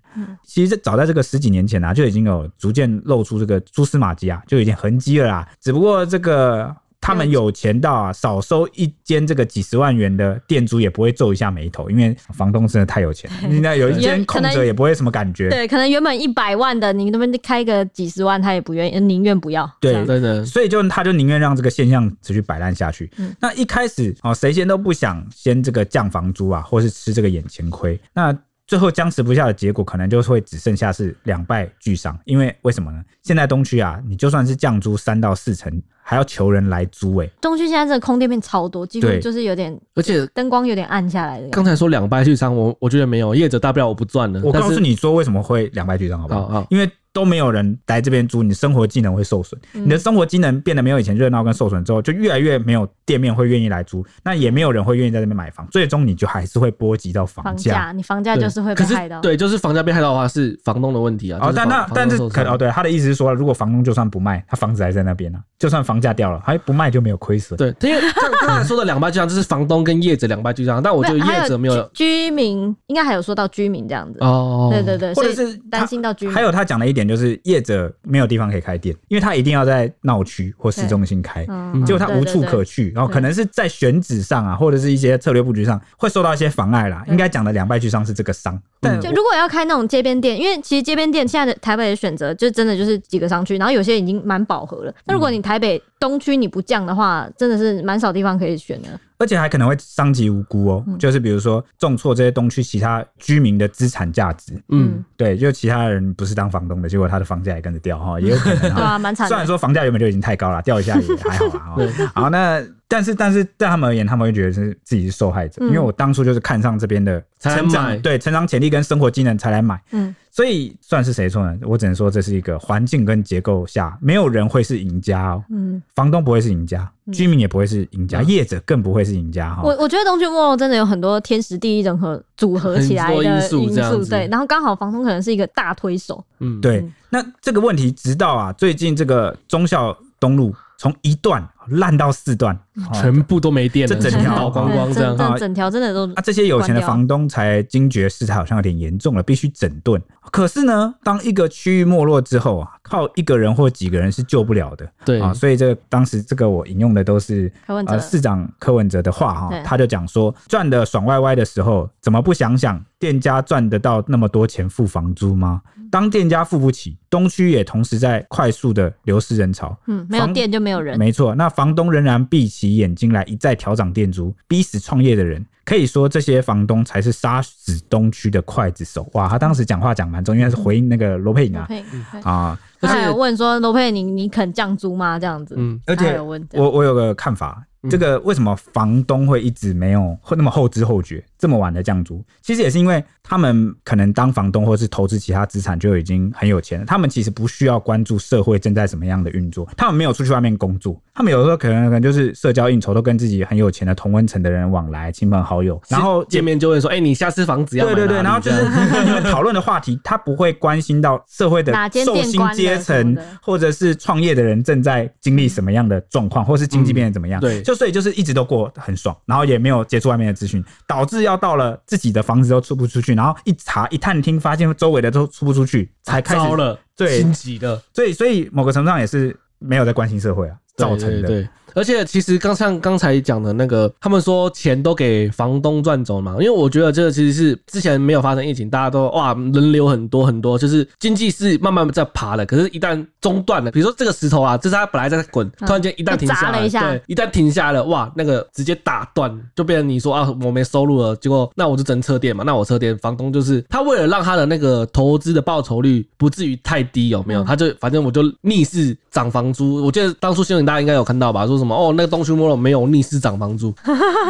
Speaker 2: 其实这早在这个十几年前啊，就已经有逐渐露出这个蛛丝马迹啊，就已经痕迹了啦。只不过这个他们有钱到啊，少收一间这个几十万元的店租也不会皱一下眉头，因为房东真的太有钱了，那有一间空着也不会什么感觉。
Speaker 1: 对，可能原本一百万的，你那边开个几十万，他也不愿意，宁愿不要。
Speaker 2: 对
Speaker 1: 这样
Speaker 3: 真的。
Speaker 2: 所以就他就宁愿让这个现象持续摆烂下去。
Speaker 1: 嗯
Speaker 2: 那一开始哦，谁先都不想先这个降房租啊，或是吃这个眼前亏。那最后僵持不下的结果，可能就会只剩下是两败俱伤。因为为什么呢？现在东区啊，你就算是降租三到四成，还要求人来租、欸，
Speaker 1: 东区现在这个空店变超多，几乎
Speaker 2: 对
Speaker 1: 就是有点
Speaker 3: 而且
Speaker 1: 灯光有点暗下来的感觉。
Speaker 3: 刚才说两败俱伤，我我觉得没有，业者大不了我不赚了。
Speaker 2: 我
Speaker 3: 但
Speaker 2: 告诉
Speaker 3: 是，
Speaker 2: 你说为什么会两败俱伤，好不好？
Speaker 3: 好好
Speaker 2: 因为都没有人来这边租，你生活技能会受损，你的生活技能变得没有以前热闹跟受损之后，就越来越没有店面会愿意来租，那也没有人会愿意在这边买房，最终你就还是会波及到房
Speaker 1: 房
Speaker 2: 价。
Speaker 1: 价，你房价
Speaker 3: 对
Speaker 1: 就是会被
Speaker 3: 可是
Speaker 1: 害到。
Speaker 3: 对，就是房价被害到的话，是房东的问题啊。
Speaker 2: 哦
Speaker 3: 就，
Speaker 2: 但
Speaker 3: 房
Speaker 2: 那
Speaker 3: 房东
Speaker 2: 但是
Speaker 3: 受
Speaker 2: 可
Speaker 3: 伤
Speaker 2: 哦，对，他的意思是说，如果房东就算不卖，他房子还在那边呢、啊就算房价掉了，哎还不卖就没有亏损。
Speaker 3: 对，因为像刚才说的两败俱伤，这是房东跟业者两败俱伤，但我觉得
Speaker 1: 没有还
Speaker 3: 业者没有
Speaker 1: 居居民，应该还有说到居民这样子。
Speaker 3: 哦，
Speaker 1: 对对对，所
Speaker 2: 或者
Speaker 1: 以
Speaker 2: 是他
Speaker 1: 担心到居民
Speaker 2: 还。有他讲的一点就是，业者没有地方可以开店，因为他一定要在闹区或市中心开。
Speaker 1: 嗯
Speaker 2: 结果他
Speaker 1: 对
Speaker 2: 无
Speaker 1: 对
Speaker 2: 处
Speaker 1: 对
Speaker 2: 可去，然后
Speaker 1: 对
Speaker 2: 可能是在选址上啊，或者是一些策略布局上会受到一些妨碍啦。
Speaker 1: 对
Speaker 2: 应该讲的两败俱伤是这个伤，嗯但
Speaker 1: 就如果要开那种街边店，因为其实街边店现在的台北的选择就真的就是几个商区，然后有些已经蛮饱和了。
Speaker 3: 嗯
Speaker 1: 那如果你台北东区你不降的话，真的是蛮少地方可以选的。
Speaker 2: 而且还可能会伤及无辜哦，
Speaker 1: 嗯
Speaker 2: 就是比如说重挫这些东区其他居民的资产价值，
Speaker 3: 嗯，
Speaker 2: 对，就其他人不是当房东的，结果他的房价也跟着掉哈，也有可能
Speaker 1: 对
Speaker 2: 哈。
Speaker 1: 啊，蛮惨
Speaker 2: 虽然
Speaker 1: 的。
Speaker 2: 说房价原本就已经太高了，掉一下也还好 啦。
Speaker 3: 对
Speaker 2: 哦。好，那但是但是对他们而言，他们会觉得是自己是受害者，
Speaker 1: 嗯
Speaker 2: 因为我当初就是看上这边的
Speaker 3: 才来
Speaker 2: 成
Speaker 3: 买
Speaker 2: 长，对成长潜力跟生活技能才来买。
Speaker 1: 嗯，
Speaker 2: 所以算是谁错呢？我只能说这是一个环境跟结构下，没有人会是赢家哦。
Speaker 1: 嗯，
Speaker 2: 房东不会是赢家，居民也不会是赢家，业者更不会是赢家哈、
Speaker 1: 我我觉得东区没落真的有很多天时地利人和组合起来的
Speaker 3: 很多因
Speaker 1: 因
Speaker 3: 素这样子
Speaker 1: 对，然后刚好房东可能是一个大推手，
Speaker 3: 嗯，
Speaker 2: 对
Speaker 1: 嗯，
Speaker 2: 那这个问题直到啊，最近这个忠孝东路从一段烂到四段，哦
Speaker 3: 全部都没电了，
Speaker 2: 这整
Speaker 3: 全
Speaker 2: 条
Speaker 3: 部倒光
Speaker 1: 对
Speaker 3: 光这样
Speaker 1: 真。
Speaker 2: 啊
Speaker 1: 的整条真的都
Speaker 2: 啊，这些有钱的房东才惊觉事态好像有点严重了，必须整顿。可是呢，当一个区域没落之后啊，靠一个人或几个人是救不了的。
Speaker 3: 对
Speaker 2: 啊，所以这个当时这个我引用的都是
Speaker 1: 柯文哲
Speaker 3: 啊
Speaker 2: 呃市长柯文哲的话哈、
Speaker 1: 对
Speaker 2: 他就讲说赚的爽歪歪的时候，怎么不想想店家赚得到那么多钱付房租吗？当店家付不起，东区也同时在快速的流失人潮，
Speaker 1: 嗯没有
Speaker 2: 房
Speaker 1: 电就没有人，
Speaker 2: 没错，那房东仍然闭起眼睛来一再调涨店租，逼死创业的人。可以说，这些房东才是杀死东区的刽子手。哇，他当时讲话讲蛮重，因为他是回应那个罗佩颖啊
Speaker 1: 对对
Speaker 2: 啊，
Speaker 1: 他还
Speaker 3: 而
Speaker 1: 有
Speaker 3: 且
Speaker 1: 问说罗佩你你肯降租吗？这样子，
Speaker 3: 嗯，
Speaker 2: 而
Speaker 1: 他还
Speaker 2: 且
Speaker 1: 有问这样嗯
Speaker 2: 我我有个看法，这个为什么房东会一直没有会那么后知后觉，这么晚的降租？其实也是因为他们可能当房东或是投资其他资产就已经很有钱了，他们其实不需要关注社会正在什么样的运作，他们没有出去外面工作，他们有的时候可能可能就是社交应酬都跟自己很有钱的同温层的人往来，亲朋好友，然后
Speaker 3: 见面就会说，哎，你下次房子要买
Speaker 2: 对对对，
Speaker 3: 哪里
Speaker 2: 然后就是
Speaker 3: 这样
Speaker 2: 你们讨论的话题，他不会关心到社会的
Speaker 1: 哪间
Speaker 2: 受
Speaker 1: 店
Speaker 2: 薪
Speaker 1: 关了
Speaker 2: 阶
Speaker 1: 什
Speaker 2: 层
Speaker 1: 么的
Speaker 2: 或者是创业的人正在经历什么样的状况，或是经济变得怎么样。
Speaker 3: 嗯对
Speaker 2: 就所以就是一直都过得很爽，然后也没有接触外面的资讯，导致要到了自己的房子都出不出去，然后一查一探听，发现周围的都出不 出去，才开始
Speaker 3: 糟了，
Speaker 2: 对
Speaker 3: 心急了，
Speaker 2: 所以所以某个程度上也是没有在关心社会啊。 造成的。
Speaker 3: 对对对而且其实刚像刚才讲的那个，他们说钱都给房东赚走嘛，因为我觉得这个其实是之前没有发生疫情，大家都哇人流很多很多，就是经济是慢慢在爬的，可是一旦中断了，比如说这个石头啊，这是它本来在滚，突然间一旦停下
Speaker 1: 砸嗯了
Speaker 3: 来，
Speaker 1: 一下
Speaker 3: 对，一旦停下了，哇，那个直接打断，就变成你说啊我没收入了，结果那我就只能撤店嘛，那我撤店，房东就是他为了让他的那个投资的报酬率不至于太低，有没有？
Speaker 1: 嗯
Speaker 3: 他就反正我就逆势涨房租，我记得当初新闻大家应该有看到吧，说什么哦那个东区摸了没有逆势涨房 租，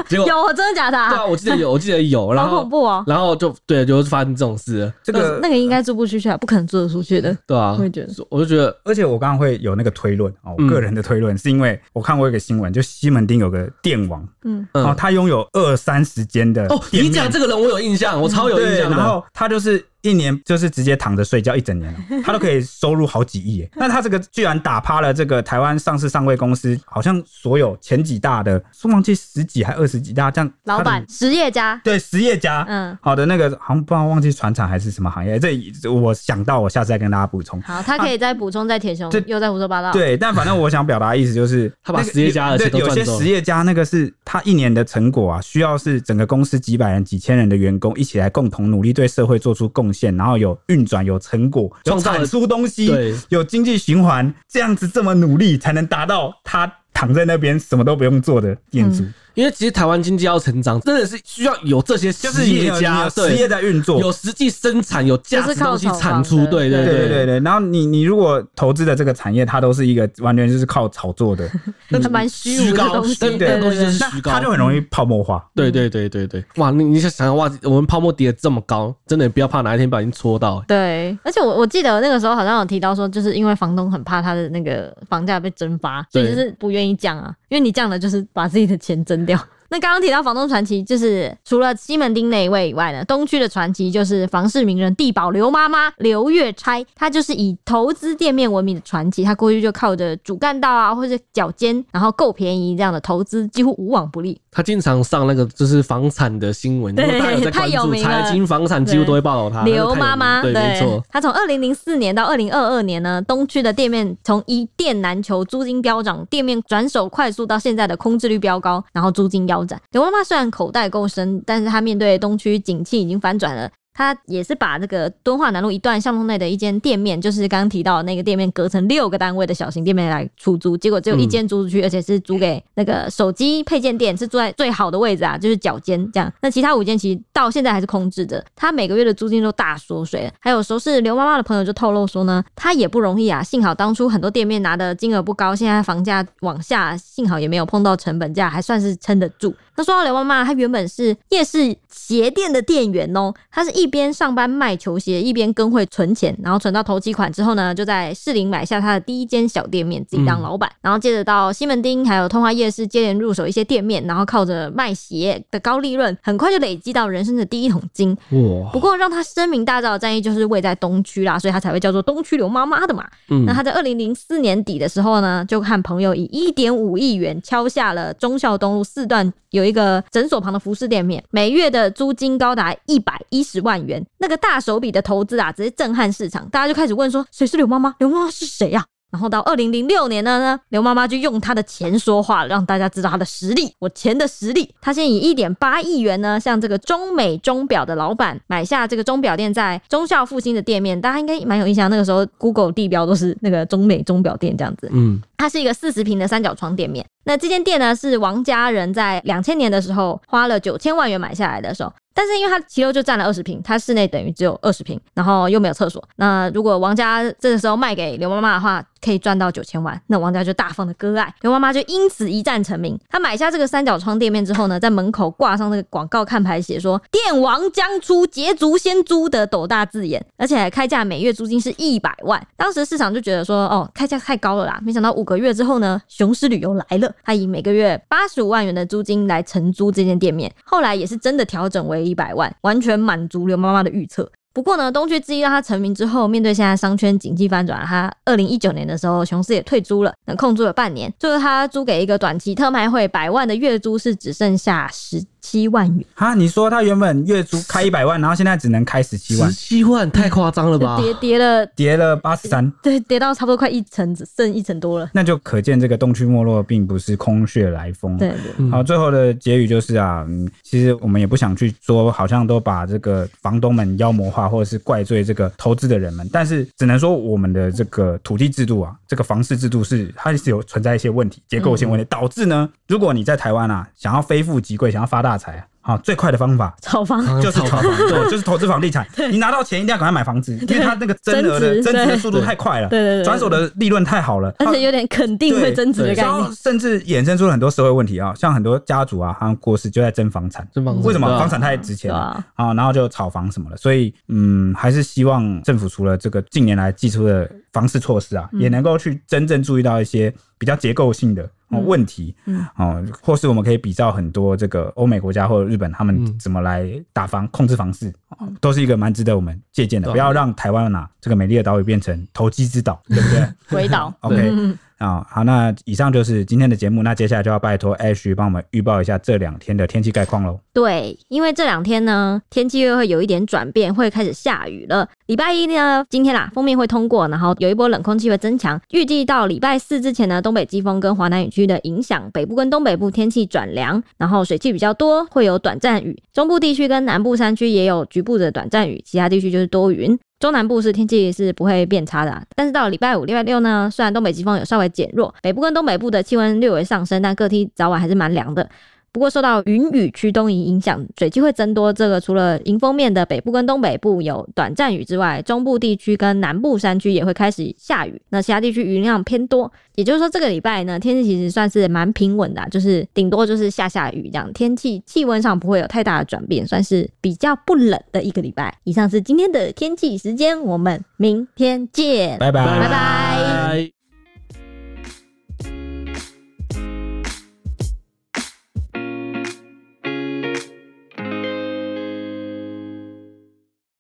Speaker 3: 结果。
Speaker 1: 有真的假的、
Speaker 3: 对啊，我记得有，我记得有，然
Speaker 1: 好
Speaker 3: 后
Speaker 1: 恐怖哦！
Speaker 3: 然后就对，就是发生这种事了，
Speaker 2: 这个
Speaker 1: 那个应该租不出去啊，不可能租得出去的。
Speaker 3: 对啊，
Speaker 1: 我也觉得，
Speaker 3: 我就觉得，
Speaker 2: 而且我刚刚会有那个推论啊，
Speaker 3: 嗯
Speaker 2: 我个人的推论是因为我看过一个新闻，就西门町有个电网，
Speaker 1: 嗯，
Speaker 3: 嗯，
Speaker 2: 哦，他拥有二三十间的
Speaker 3: 哦，
Speaker 2: 店
Speaker 3: 你
Speaker 2: 面
Speaker 3: 讲这个人我有印象，我超有印
Speaker 2: 对，
Speaker 3: 象的。
Speaker 2: 然后他就是一年就是直接躺着睡觉一整年 了，他都可以收入好几亿耶。那他这个居然打趴了这个台湾上市上位公司，好像所有前几大的，说忘记十几还二十几大，这样
Speaker 1: 老
Speaker 2: 他
Speaker 1: 板
Speaker 2: 的
Speaker 1: 实业家，
Speaker 2: 对实业家，
Speaker 1: 嗯，
Speaker 2: 好的那个好像不知道忘记船厂还是什么行业，这我想到我下次再跟大家补充。
Speaker 1: 好，他可以再补充，在铁熊
Speaker 2: 这
Speaker 1: 又在胡说八道。
Speaker 2: 对，但反正我想表达的意思就是，
Speaker 3: 他把
Speaker 2: 那个
Speaker 3: 实业家的
Speaker 2: 有
Speaker 3: 钱都
Speaker 2: 对有
Speaker 3: 赚
Speaker 2: 些
Speaker 3: 走了
Speaker 2: 实业家那个是他一年的成果啊，需要是整个公司几百人、几千人的员工一起来共同努力，对社会做出贡献，然后有运转、有成果、有
Speaker 3: 创造了
Speaker 2: 产出东西
Speaker 3: 对、
Speaker 2: 有经济循环，这样子这么努力才能达到他躺在那边什么都不用做的店主，
Speaker 3: 因为其实台湾经济要成长，真的是需要有这些
Speaker 2: 就是
Speaker 3: 实业
Speaker 2: 你有你
Speaker 3: 家，
Speaker 2: 有实业
Speaker 3: 对，
Speaker 2: 在运作，
Speaker 3: 有实际生产、有价值的东西产出，
Speaker 1: 就是靠炒房
Speaker 3: 对
Speaker 1: 的
Speaker 2: 对
Speaker 3: 对
Speaker 2: 对对
Speaker 3: 对。
Speaker 2: 对，然后你你如果投资的这个产业，它都是一个完全就是靠炒作 的，
Speaker 1: 还蛮虚无的
Speaker 3: 嗯高，
Speaker 1: 东西，
Speaker 3: 那
Speaker 1: 对
Speaker 3: 那东西就
Speaker 1: 对
Speaker 3: 是
Speaker 1: 对
Speaker 2: 那
Speaker 3: 虚高
Speaker 2: 它，就很容易泡沫化。
Speaker 3: 对对对对对。哇，你你想想哇，我们泡沫跌得这么高，真的不要怕哪一天不小心戳到。
Speaker 1: 对，而且我我记得那个时候好像有提到说，就是因为房东很怕他的那个房价被蒸发，所以
Speaker 3: 对
Speaker 1: 就是不愿意降啊，因为你降了就是把自己的钱蒸掉。 那刚刚提到房东传奇，就是除了西门町那一位以外呢，东区的传奇就是房市名人地保刘妈妈刘月钗，她就是以投资店面闻名的传奇。她过去就靠着主干道啊，或者脚尖，然后够便宜这样的投资，几乎无往不利。
Speaker 3: 他经常上那个就是房产的新闻，如
Speaker 1: 对
Speaker 3: 果大家有在
Speaker 1: 太
Speaker 3: 关
Speaker 1: 有
Speaker 3: 注
Speaker 1: 名了
Speaker 3: 财经房产，几乎都会报道他。
Speaker 1: 刘
Speaker 3: 他是太有名
Speaker 1: 妈妈，
Speaker 3: 对，没错。
Speaker 1: 她从二零零四年到二零二二年呢，东区的店面从一店难求，租金飙涨，店面转手快速到现在的空置率飙高，然后租金腰斩。刘妈妈虽然口袋够深，但是她面对东区景气已经反转了。她也是把这个敦化南路一段巷弄内的一间店面，就是刚刚提到的那个店面，隔成六个单位的小型店面来出租，结果只有一间租出去，而且是租给那个手机配件店，是住在最好的位置啊，就是脚尖这样。那其他五间其实到现在还是空置的，她每个月的租金都大缩水。还有熟识刘妈妈的朋友就透露说呢，她也不容易啊，幸好当初很多店面拿的金额不高，现在房价往下，幸好也没有碰到成本价，还算是撑得住。那说到刘妈妈，她原本是夜市鞋店的店员哦，她是一边上班卖球鞋，一边跟会存钱，然后存到头期款之后呢，就在士林买下她的第一间小店面，自己当老板，然后接着到西门町还有通化夜市接连入手一些店面，然后靠着卖鞋的高利润，很快就累积到人生的第一桶金。
Speaker 3: 哇，
Speaker 1: 不过让他声名大噪的战役就是位在东区啦，所以他才会叫做东区刘妈妈的嘛。
Speaker 3: 嗯
Speaker 1: 那他在二零零四年底的时候呢，就和朋友以一点五亿元敲下了忠孝东路四段有一个诊所旁的服饰店面，每月的租金高达一百一十万元，那个大手笔的投资啊，直接震撼市场，大家就开始问说谁是刘妈妈？刘妈妈是谁呀、啊然后到二零零六年呢呢，刘妈妈就用她的钱说话，让大家知道她的实力，我钱的实力。她先以一点八亿元呢，向这个中美钟表的老板买下这个钟表店在中校复兴的店面，大家应该蛮有印象，那个时候 Google 地标都是那个中美钟表店这样子。
Speaker 3: 嗯，
Speaker 1: 它是一个四十平的三角窗店面。那这间店呢，是王家人在两千年的时候花了九千万元买下来的时候，但是因为它其中就占了二十平，它室内等于只有二十平，然后又没有厕所。那如果王家这个时候卖给刘妈妈的话，可以赚到九千万，那王家就大方的割爱，刘妈妈就因此一战成名。她买下这个三角窗店面之后呢，在门口挂上那个广告看牌，写说“店王将出，捷足先租”的斗大字眼，而且开价每月租金是一百万。当时市场就觉得说，哦，开价太高了啦。没想到五个月之后呢，雄狮旅游来了，他以每个月八十五万元的租金来承租这间店面，后来也是真的调整为一百万，完全满足刘妈妈的预测。不过呢，东区之一让他成名之后，面对现在商圈景气翻转，他二零一九年的时候，雄狮也退租了，那空租了半年，最后他租给一个短期特卖会，百万的月租是只剩下十七万元，
Speaker 2: 哈，你说他原本月租开一百万，然后现在只能开十七
Speaker 3: 十
Speaker 2: 万，
Speaker 3: 七万太夸张了吧
Speaker 1: 就？跌跌了，
Speaker 2: 跌了八十三，
Speaker 1: 对，跌到差不多快一层，只剩一层多了。
Speaker 2: 那就可见这个东区没落并不是空穴来风。
Speaker 1: 对，对
Speaker 3: 嗯
Speaker 2: 好，最后的结语就是啊，嗯，其实我们也不想去说，好像都把这个房东们妖魔化，或者是怪罪这个投资的人们，但是只能说我们的这个土地制度啊，这个房市制度是它是有存在一些问题，结构性问题，导致呢，如果你在台湾啊，想要非富即贵，想要发大财啊，好，最快的方法
Speaker 1: 炒房
Speaker 2: 就是炒房，对，就是投资房地 产。你拿到钱一定要赶快买房子，因为它那个增额的
Speaker 1: 增值
Speaker 2: 增值的速度
Speaker 1: 对
Speaker 2: 太快了，
Speaker 1: 对对对对
Speaker 2: 转手的利润太好了，
Speaker 1: 而且有点肯定会增值的概
Speaker 2: 然后
Speaker 1: 念。
Speaker 2: 甚至衍生出了很多社会问题啊，像很多家族啊，他们过世就在争房产，
Speaker 3: 真房子
Speaker 2: 为什么
Speaker 3: 对啊
Speaker 2: 房产太值钱
Speaker 1: 对
Speaker 2: 了
Speaker 1: 啊
Speaker 2: 啊？然后就炒房什么的，所以嗯，还是希望政府除了这个近年来寄出的房市措施啊，也能够去真正注意到一些比较结构性的。哦问题，
Speaker 1: 嗯
Speaker 2: 哦，或是我们可以比照很多这个欧美国家或者日本，他们
Speaker 3: 嗯
Speaker 2: 怎么来打房、控制房市，哦都是一个蛮值得我们借鉴的。
Speaker 3: 对啊
Speaker 2: 不要让台湾啊这个美丽的岛屿变成投机之岛，对不 对
Speaker 1: 鬼 岛，
Speaker 2: ？OK，
Speaker 1: 嗯，
Speaker 2: 啊、好，那以上就是今天的节目，那接下来就要拜托 Ash 帮我们预报一下这两天的天气概况喽。
Speaker 1: 对，因为这两天呢，天气又会有一点转变，会开始下雨了。礼拜一呢，今天啦，封面会通过，然后有一波冷空气会增强。预计到礼拜四之前呢，东北季风跟华南雨区的影响，北部跟东北部天气转凉，然后水汽比较多，会有短暂雨。中部地区跟南部山区也有局部的短暂雨，其他地区就是多云。中南部是天气是不会变差的啊、但是到了礼拜五、礼拜六呢，虽然东北季风有稍微减弱，北部跟东北部的气温略微上升，但各地早晚还是蛮凉的。不过受到云雨区东移影响，水汽会增多。这个除了迎风面的北部跟东北部有短暂雨之外，中部地区跟南部山区也会开始下雨。那其他地区云量偏多，也就是说这个礼拜呢，天气其实算是蛮平稳的啊、就是顶多就是下下雨这样，天气气温上不会有太大的转变，算是比较不冷的一个礼拜。以上是今天的天气时间，我们明天见，
Speaker 2: 拜拜，
Speaker 1: 拜拜